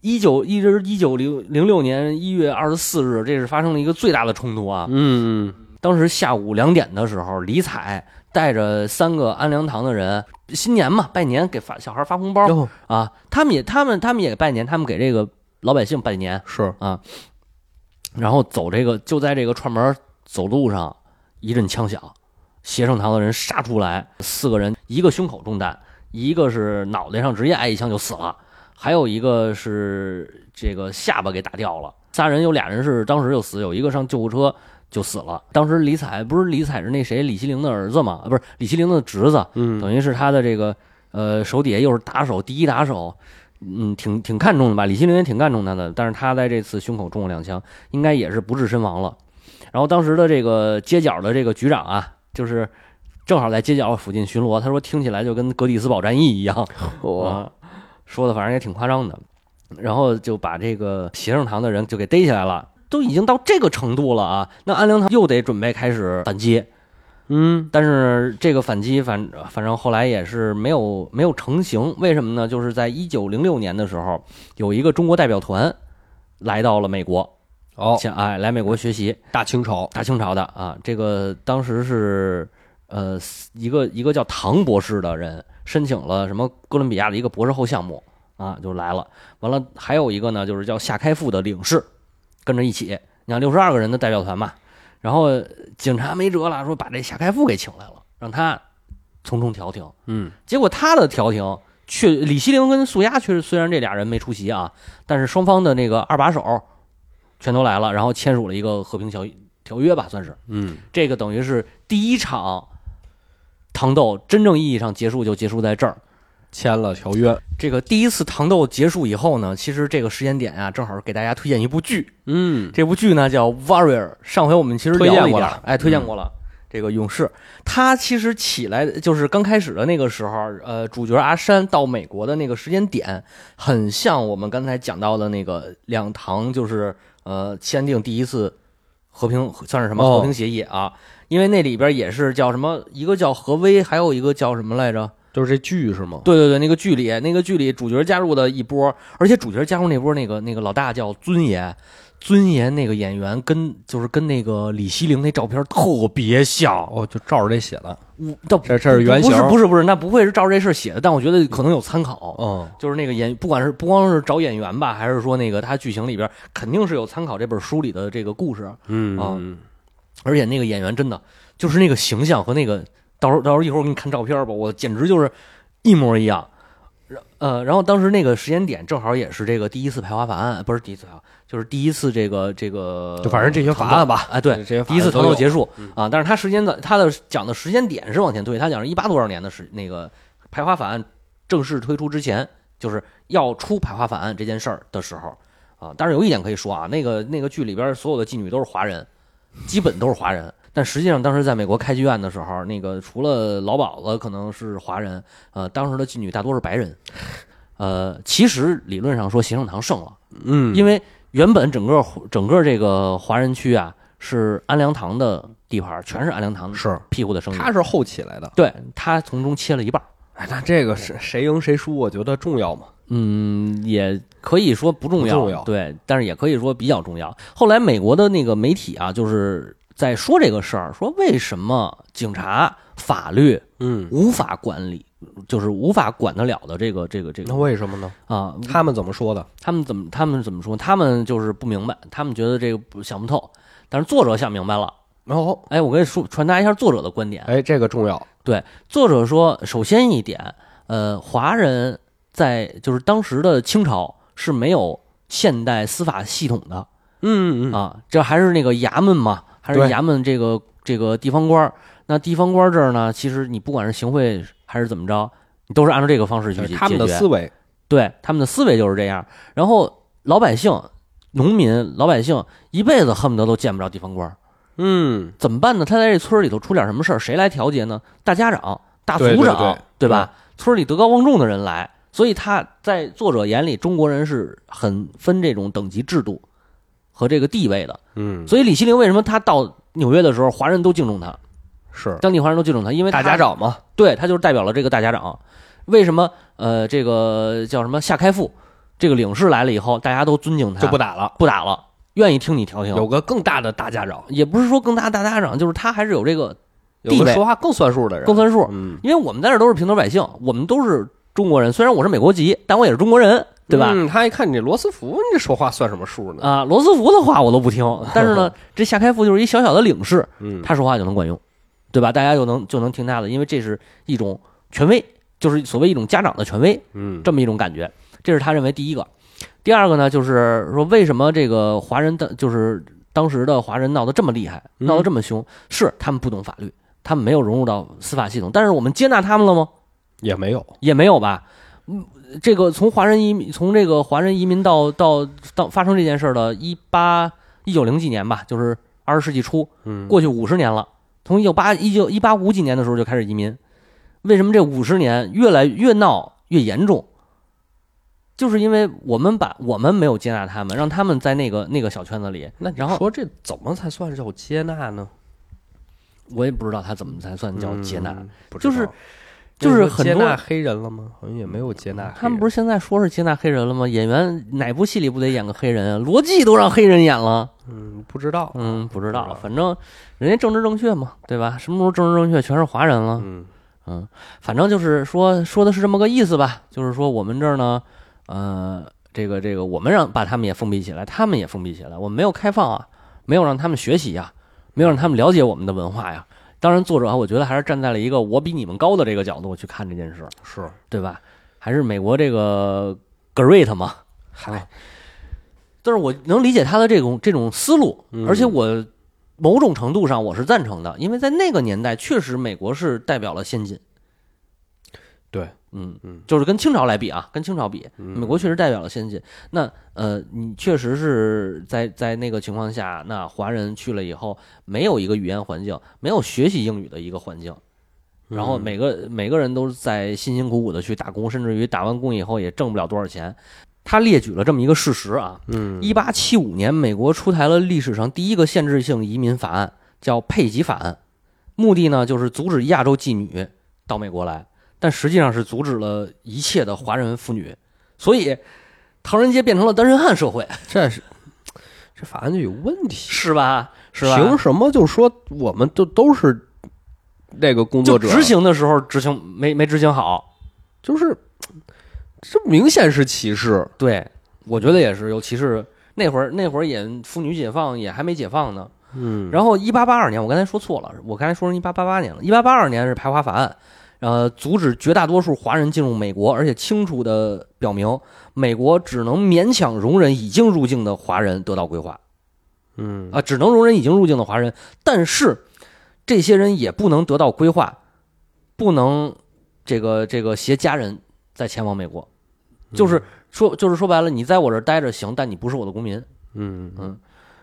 一九一直一九零零六年一月二十四日，这是发生了一个最大的冲突啊！
嗯，
当时下午两点的时候，李彩带着三个安良堂的人，新年嘛，拜年给发小孩发红包
哟
啊，他们也他们他们也拜年，他们给这个老百姓拜年，
是
然后走这个就在这个串门走路上，一阵枪响，协圣堂的人杀出来，四个人，一个胸口中弹，一个是脑袋上直接挨一枪就死了，还有一个是这个下巴给打掉了。仨人有俩人是当时就死，有一个上救护车就死了。当时李彩不是李彩是那谁李希灵的儿子嘛，啊不是李希灵的侄子，
嗯，
等于是他的这个呃手底下又是打手，第一打手，嗯，挺挺看重的吧？李希林也挺看重他的，但是他在这次胸口中了两枪，应该也是不治身亡了。然后当时的这个街角的这个局长啊，就是正好在街角附近巡逻，他说听起来就跟格里斯堡战役一样，
我
啊，说的反正也挺夸张的。然后就把这个协圣堂的人就给逮起来了，都已经到这个程度了啊！那安良堂又得准备开始反击，
嗯
但是这个反击反反正后来也是没有没有成型，为什么呢？就是在一九零六年的时候，有一个中国代表团来到了美国，
哦，
想哎来美国学习
大清朝
大清朝的啊，这个当时是呃一个一个叫唐博士的人申请了什么哥伦比亚的一个博士后项目啊，就来了。完了还有一个呢，就是叫夏开复的领事跟着一起，你看六十二个人的代表团嘛。然后警察没辙了，说把这夏开复给请来了，让他从中调停。
嗯，
结果他的调停却李希灵跟素鸦却虽然这俩人没出席啊，但是双方的那个二把手全都来了，然后签署了一个和平条条约吧，算是。
嗯，
这个等于是第一场糖斗真正意义上结束，就结束在这儿。
签了条约。
这个第一次糖斗结束以后呢，其实这个时间点啊，正好给大家推荐一部剧。
嗯，
这部剧呢叫《Warrior》，上回我们其实
推
聊
荐
了一
过
点儿
了，嗯
哎，推荐过了。这个勇士，他其实起来就是刚开始的那个时候，呃，主角阿山到美国的那个时间点，很像我们刚才讲到的那个两唐，就是呃签订第一次和平算是什么
哦
和平协议啊？因为那里边也是叫什么，一个叫何威，还有一个叫什么来着？
就是这剧是吗？
对对对，那个剧里，那个剧里主角加入的一波，而且主角加入那波那个那个老大叫尊严，尊严那个演员跟就是跟那个李希龄那照片特别像，
哦，就照着这写的。
我倒不
哦这这是原
不
型
是不是不是，那不会是照这事儿写的，但我觉得可能有参考，
嗯，
就是那个演，不管是不光是找演员吧，还是说那个他剧情里边肯定是有参考这本书里的这个故事，
嗯
啊而且那个演员真的就是那个形象和那个，到时候到时候一会儿我给你看照片吧，我简直就是一模一样。然呃，然后当时那个时间点正好也是这个第一次排华法案，不是第一次啊，就是第一次这个这个，
就反正这些法案吧。
啊，对，
这些法
第
案
一次
都
投
有嗯
票结束啊，但是他时间的他的讲的时间点是往前推，他讲是一八多少年的时那个排华法案正式推出之前，就是要出排华法案这件事儿的时候啊。但是有一点可以说啊，那个那个剧里边所有的妓女都是华人，基本都是华人。但实际上，当时在美国开剧院的时候，那个除了老鸨子可能是华人，呃，当时的妓女大多是白人。呃，其实理论上说，行政堂胜了。
嗯，
因为原本整个整个这个华人区啊是安良堂的地盘儿，全是安良堂
是
屁股的生意。
他是后起来的。
对他从中切了一半儿，
哎，那这个是谁赢谁输，我觉得重要吗？
嗯，也可以说不重要，
不重要
对，但是也可以说比较重要。后来美国的那个媒体啊，就是在说这个事儿，说为什么警察法律
嗯，
无法管理，就是无法管得了的这个这个这
那
个
为什么呢？
啊，
他们怎么说的？
他们怎么他们怎么说？他们就是不明白，他们觉得这个不想不透，但是作者想明白了。
然后，
哎，我跟你说，传达一下作者的观点。
哦哎，这个重要。
作者说，首先一点，呃，华人在就是当时的清朝是没有现代司法系统的
嗯嗯
啊，这还是那个衙门嘛，还是
对
衙门这个这个地方官儿。那地方官儿这儿呢，其实你不管是行贿还是怎么着，你都是按照这个方式去解
嗯，
决。
他们的思维，
对，他们的思维就是这样。然后老百姓、农民、老百姓一辈子恨不得都见不着地方官儿，
嗯，
怎么办呢？他在这村儿里头出点什么事儿，谁来调节呢？大家长、大族
对
长，
对对嗯
吧？村儿里德高望重的人来，所以他在作者眼里，中国人是很分这种等级制度和这个地位的。
嗯，
所以李希林为什么他到纽约的时候，华人都敬重他，
是
当地华人都敬重他，因为
大
他
家长嘛，
对他就是代表了这个大家长。为什么呃这个叫什么夏开复这个领事来了以后，大家都尊敬他，
就不打了。
不打了，愿意听你调
有
停。
个更大的大家长，
也不是说更大大家长，就是他还是有这个
有
地
个
位
说话更算数的人，
更算数，
嗯，
因为我们在这儿都是平头百姓，我们都是中国人。虽然我是美国籍，但我也是中国人，对吧？
嗯，他一看你这罗斯福，你这说话算什么数呢？
啊，罗斯福的话我都不听，但是 呢，这夏开复就是一小小的领事，
嗯，
他说话就能管用，对吧？大家就能就能听他的，因为这是一种权威，就是所谓一种家长的权威。
嗯，
这么一种感觉。这是他认为第一个。第二个呢，就是说为什么这个华人的就是当时的华人闹得这么厉害，
嗯
闹得这么凶，是他们不懂法律，他们没有融入到司法系统。但是我们接纳他们了吗？
也没有，
也没有吧。嗯，这个从华人移民，从这个华人移民到到到发生这件事儿的一八一九零几年吧，就是二十世纪初，
嗯，
过去五十年了，从一九八一九一八五几年的时候就开始移民，为什么这五十年越来越闹越严重？就是因为我们把我们没有接纳他们，让他们在那个那个小圈子里，
那你
然后
说这怎么才算叫接纳呢？
我也不知道他怎么才算叫接纳。
嗯，不知
就
道
是就是
那你说
很
接
多
纳黑人了吗？好像也没有接纳黑人，
他们不是现在说是接纳黑人了吗？演员哪部戏里不得演个黑人啊？罗辑都让黑人演了，
嗯，不知道，
嗯，不知
不
道，
知道
反正人家政治正确嘛，对吧？什么时候政治正确全是华人了？
嗯，
反正就是说说的是这么个意思吧，就是说我们这儿呢，呃，这个这个，我们让把他们也封闭起来，他们也封闭起来，我们没有开放啊，没有让他们学习呀、没有让他们了解我们的文化呀。当然，作者啊我觉得还是站在了一个我比你们高的这个角度去看这件事，
是，
对吧？还是美国这个 great 嘛，哎
嗨，
但是我能理解他的这种这种思路，
嗯
而且我某种程度上我是赞成的，因为在那个年代，确实美国是代表了先进，
对
嗯
嗯，
就是跟清朝来比啊，跟清朝比，美
美
国确实代表了先进。那呃，你确实是在在那个情况下，那华人去了以后，没有一个语言环境，没有学习英语的一个环境，然
嗯
后每个每个人都在辛辛苦苦的去打工，甚至于打完工以后也挣不了多少钱。他列举了这么一个事实啊，
嗯
一八七五年，美国出台了历史上第一个限制性移民法案，叫佩吉法案，目的呢就是阻止亚洲妓女到美国来，但实际上是阻止了一切的华人妇女，所以唐人街变成了单身汉社会，
这是这法案就有问题，
是吧？是吧？
凭什么就说我们都都是这个工
就
作者？
执行的时候执行没没执行好，
就是这明显是歧视，
对我觉得也是，尤其是那会儿那会儿也妇女解放也还没解放呢，
嗯然
然后一八八二年，我刚才说错了，我刚才说成一八八八年了。一八八二年是排华法案，呃，阻止绝大多数华人进入美国，而且清楚的表明，美国只能勉强容忍已经入境的华人得到归还啊、
嗯
只能容忍已经入境的华人，但是这些人也不能得到规划，不能这个这个携家人再前往美国，就是说就是说白了，你在我这儿待着行，但你不是我的公民。
嗯
嗯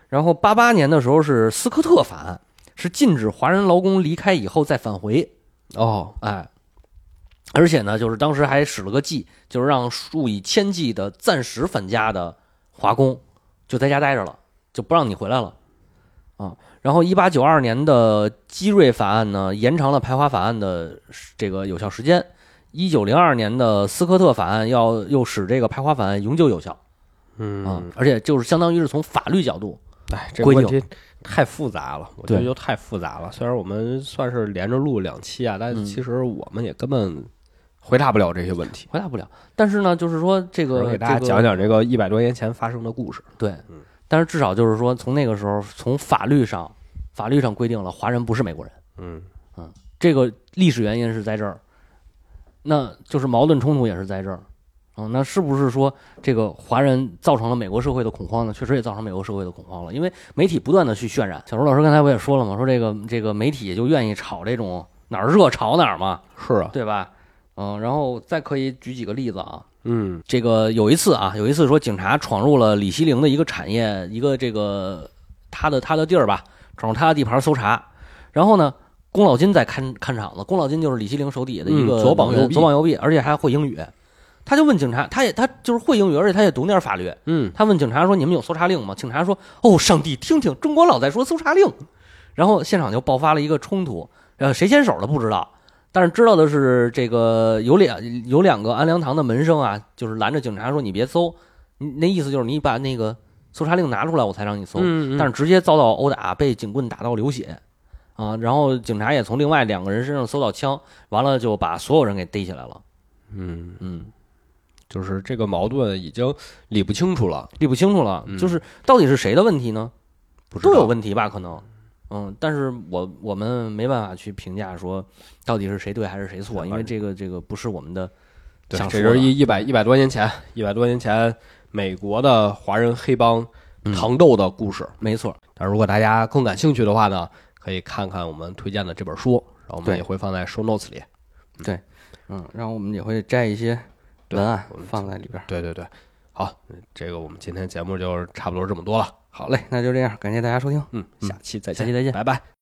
然后八八年的时候是斯科特法案，是禁止华人劳工离开以后再返回，
哦，
哎，而且呢，就是当时还使了个计，就是让数以千计的暂时返家的华工就在家待着了，就不让你回来了啊。然后一八九二年的基瑞法案呢，延长了排华法案的这个有效时间。一九零二年的斯科特法案要又使这个排华法案永久有效
嗯
啊，而且就是相当于是从法律角度，
哎，这
规
个
定
问题太复杂了，我觉得
对
就太复杂了。虽然我们算是连着录两期啊，但
嗯
其实我们也根本回答不了这些问题。
回答不了。但是呢，就是说这
我
个
给大家
这个
讲讲这个一百多年前发生的故事。
对，但是至少就是说，从那个时候，从法律上，法律上规定了华人不是美国人，
嗯
这个历史原因是在这儿，那就是矛盾冲突也是在这儿。嗯，那是不是说这个华人造成了美国社会的恐慌呢？确实也造成美国社会的恐慌了，因为媒体不断的去渲染。小周老师刚才我也说了嘛，说这个这个媒体就愿意炒这种哪儿热炒哪儿嘛，
是啊，
对吧？嗯，然后再可以举几个例子啊，
嗯
这个有一次啊，有一次说警察闯入了李希凌的一个产业，一个这个他的他的地儿吧，闯入他的地盘搜查。然后呢，宫老金在看看场子，宫老金就是李希凌手底下的一个
嗯左膀右
能源
臂
左膀右臂，而且还会英语。他就问警察，他也他就是会英语，而且他也懂点法律。
嗯，
他问警察说：“你们有搜查令吗？”警察说：“哦，上帝，听听中国佬在说搜查令。”然后现场就爆发了一个冲突，呃，谁先手的不知道，但是知道的是这个有两有两个安良堂的门生啊，就是拦着警察说：“你别搜，你那意思就是你把那个搜查令拿出来，我才让你搜。
嗯
但是直接遭到殴打，被警棍打到流血，啊，然后警察也从另外两个人身上搜到枪，完了就把所有人给逮起来了。
嗯，
嗯，
就是这个矛盾已经理不清楚了。
理不清楚了，
嗯
就是到底是谁的问题呢？
不知道
都有问题吧？可能，嗯，但是我我们没办法去评价说到底是谁对还是谁错，因为这个这个不是我们的
对，
想
这
说
是
的
一一百一百多年前，一百多年前美国的华人黑帮
嗯
糖斗的故事。
没错，
那如果大家更感兴趣的话呢，可以看看我们推荐的这本书，然后我
对
们也会放在 show notes 里。
嗯，然后我们也会摘一些
对
文案
我们
放在里边。
对对对，好，这个我们今天节目就差不多这么多了，
好嘞，那就这样，感谢大家收听，
嗯，下期再
下
见，
期再见。
拜拜。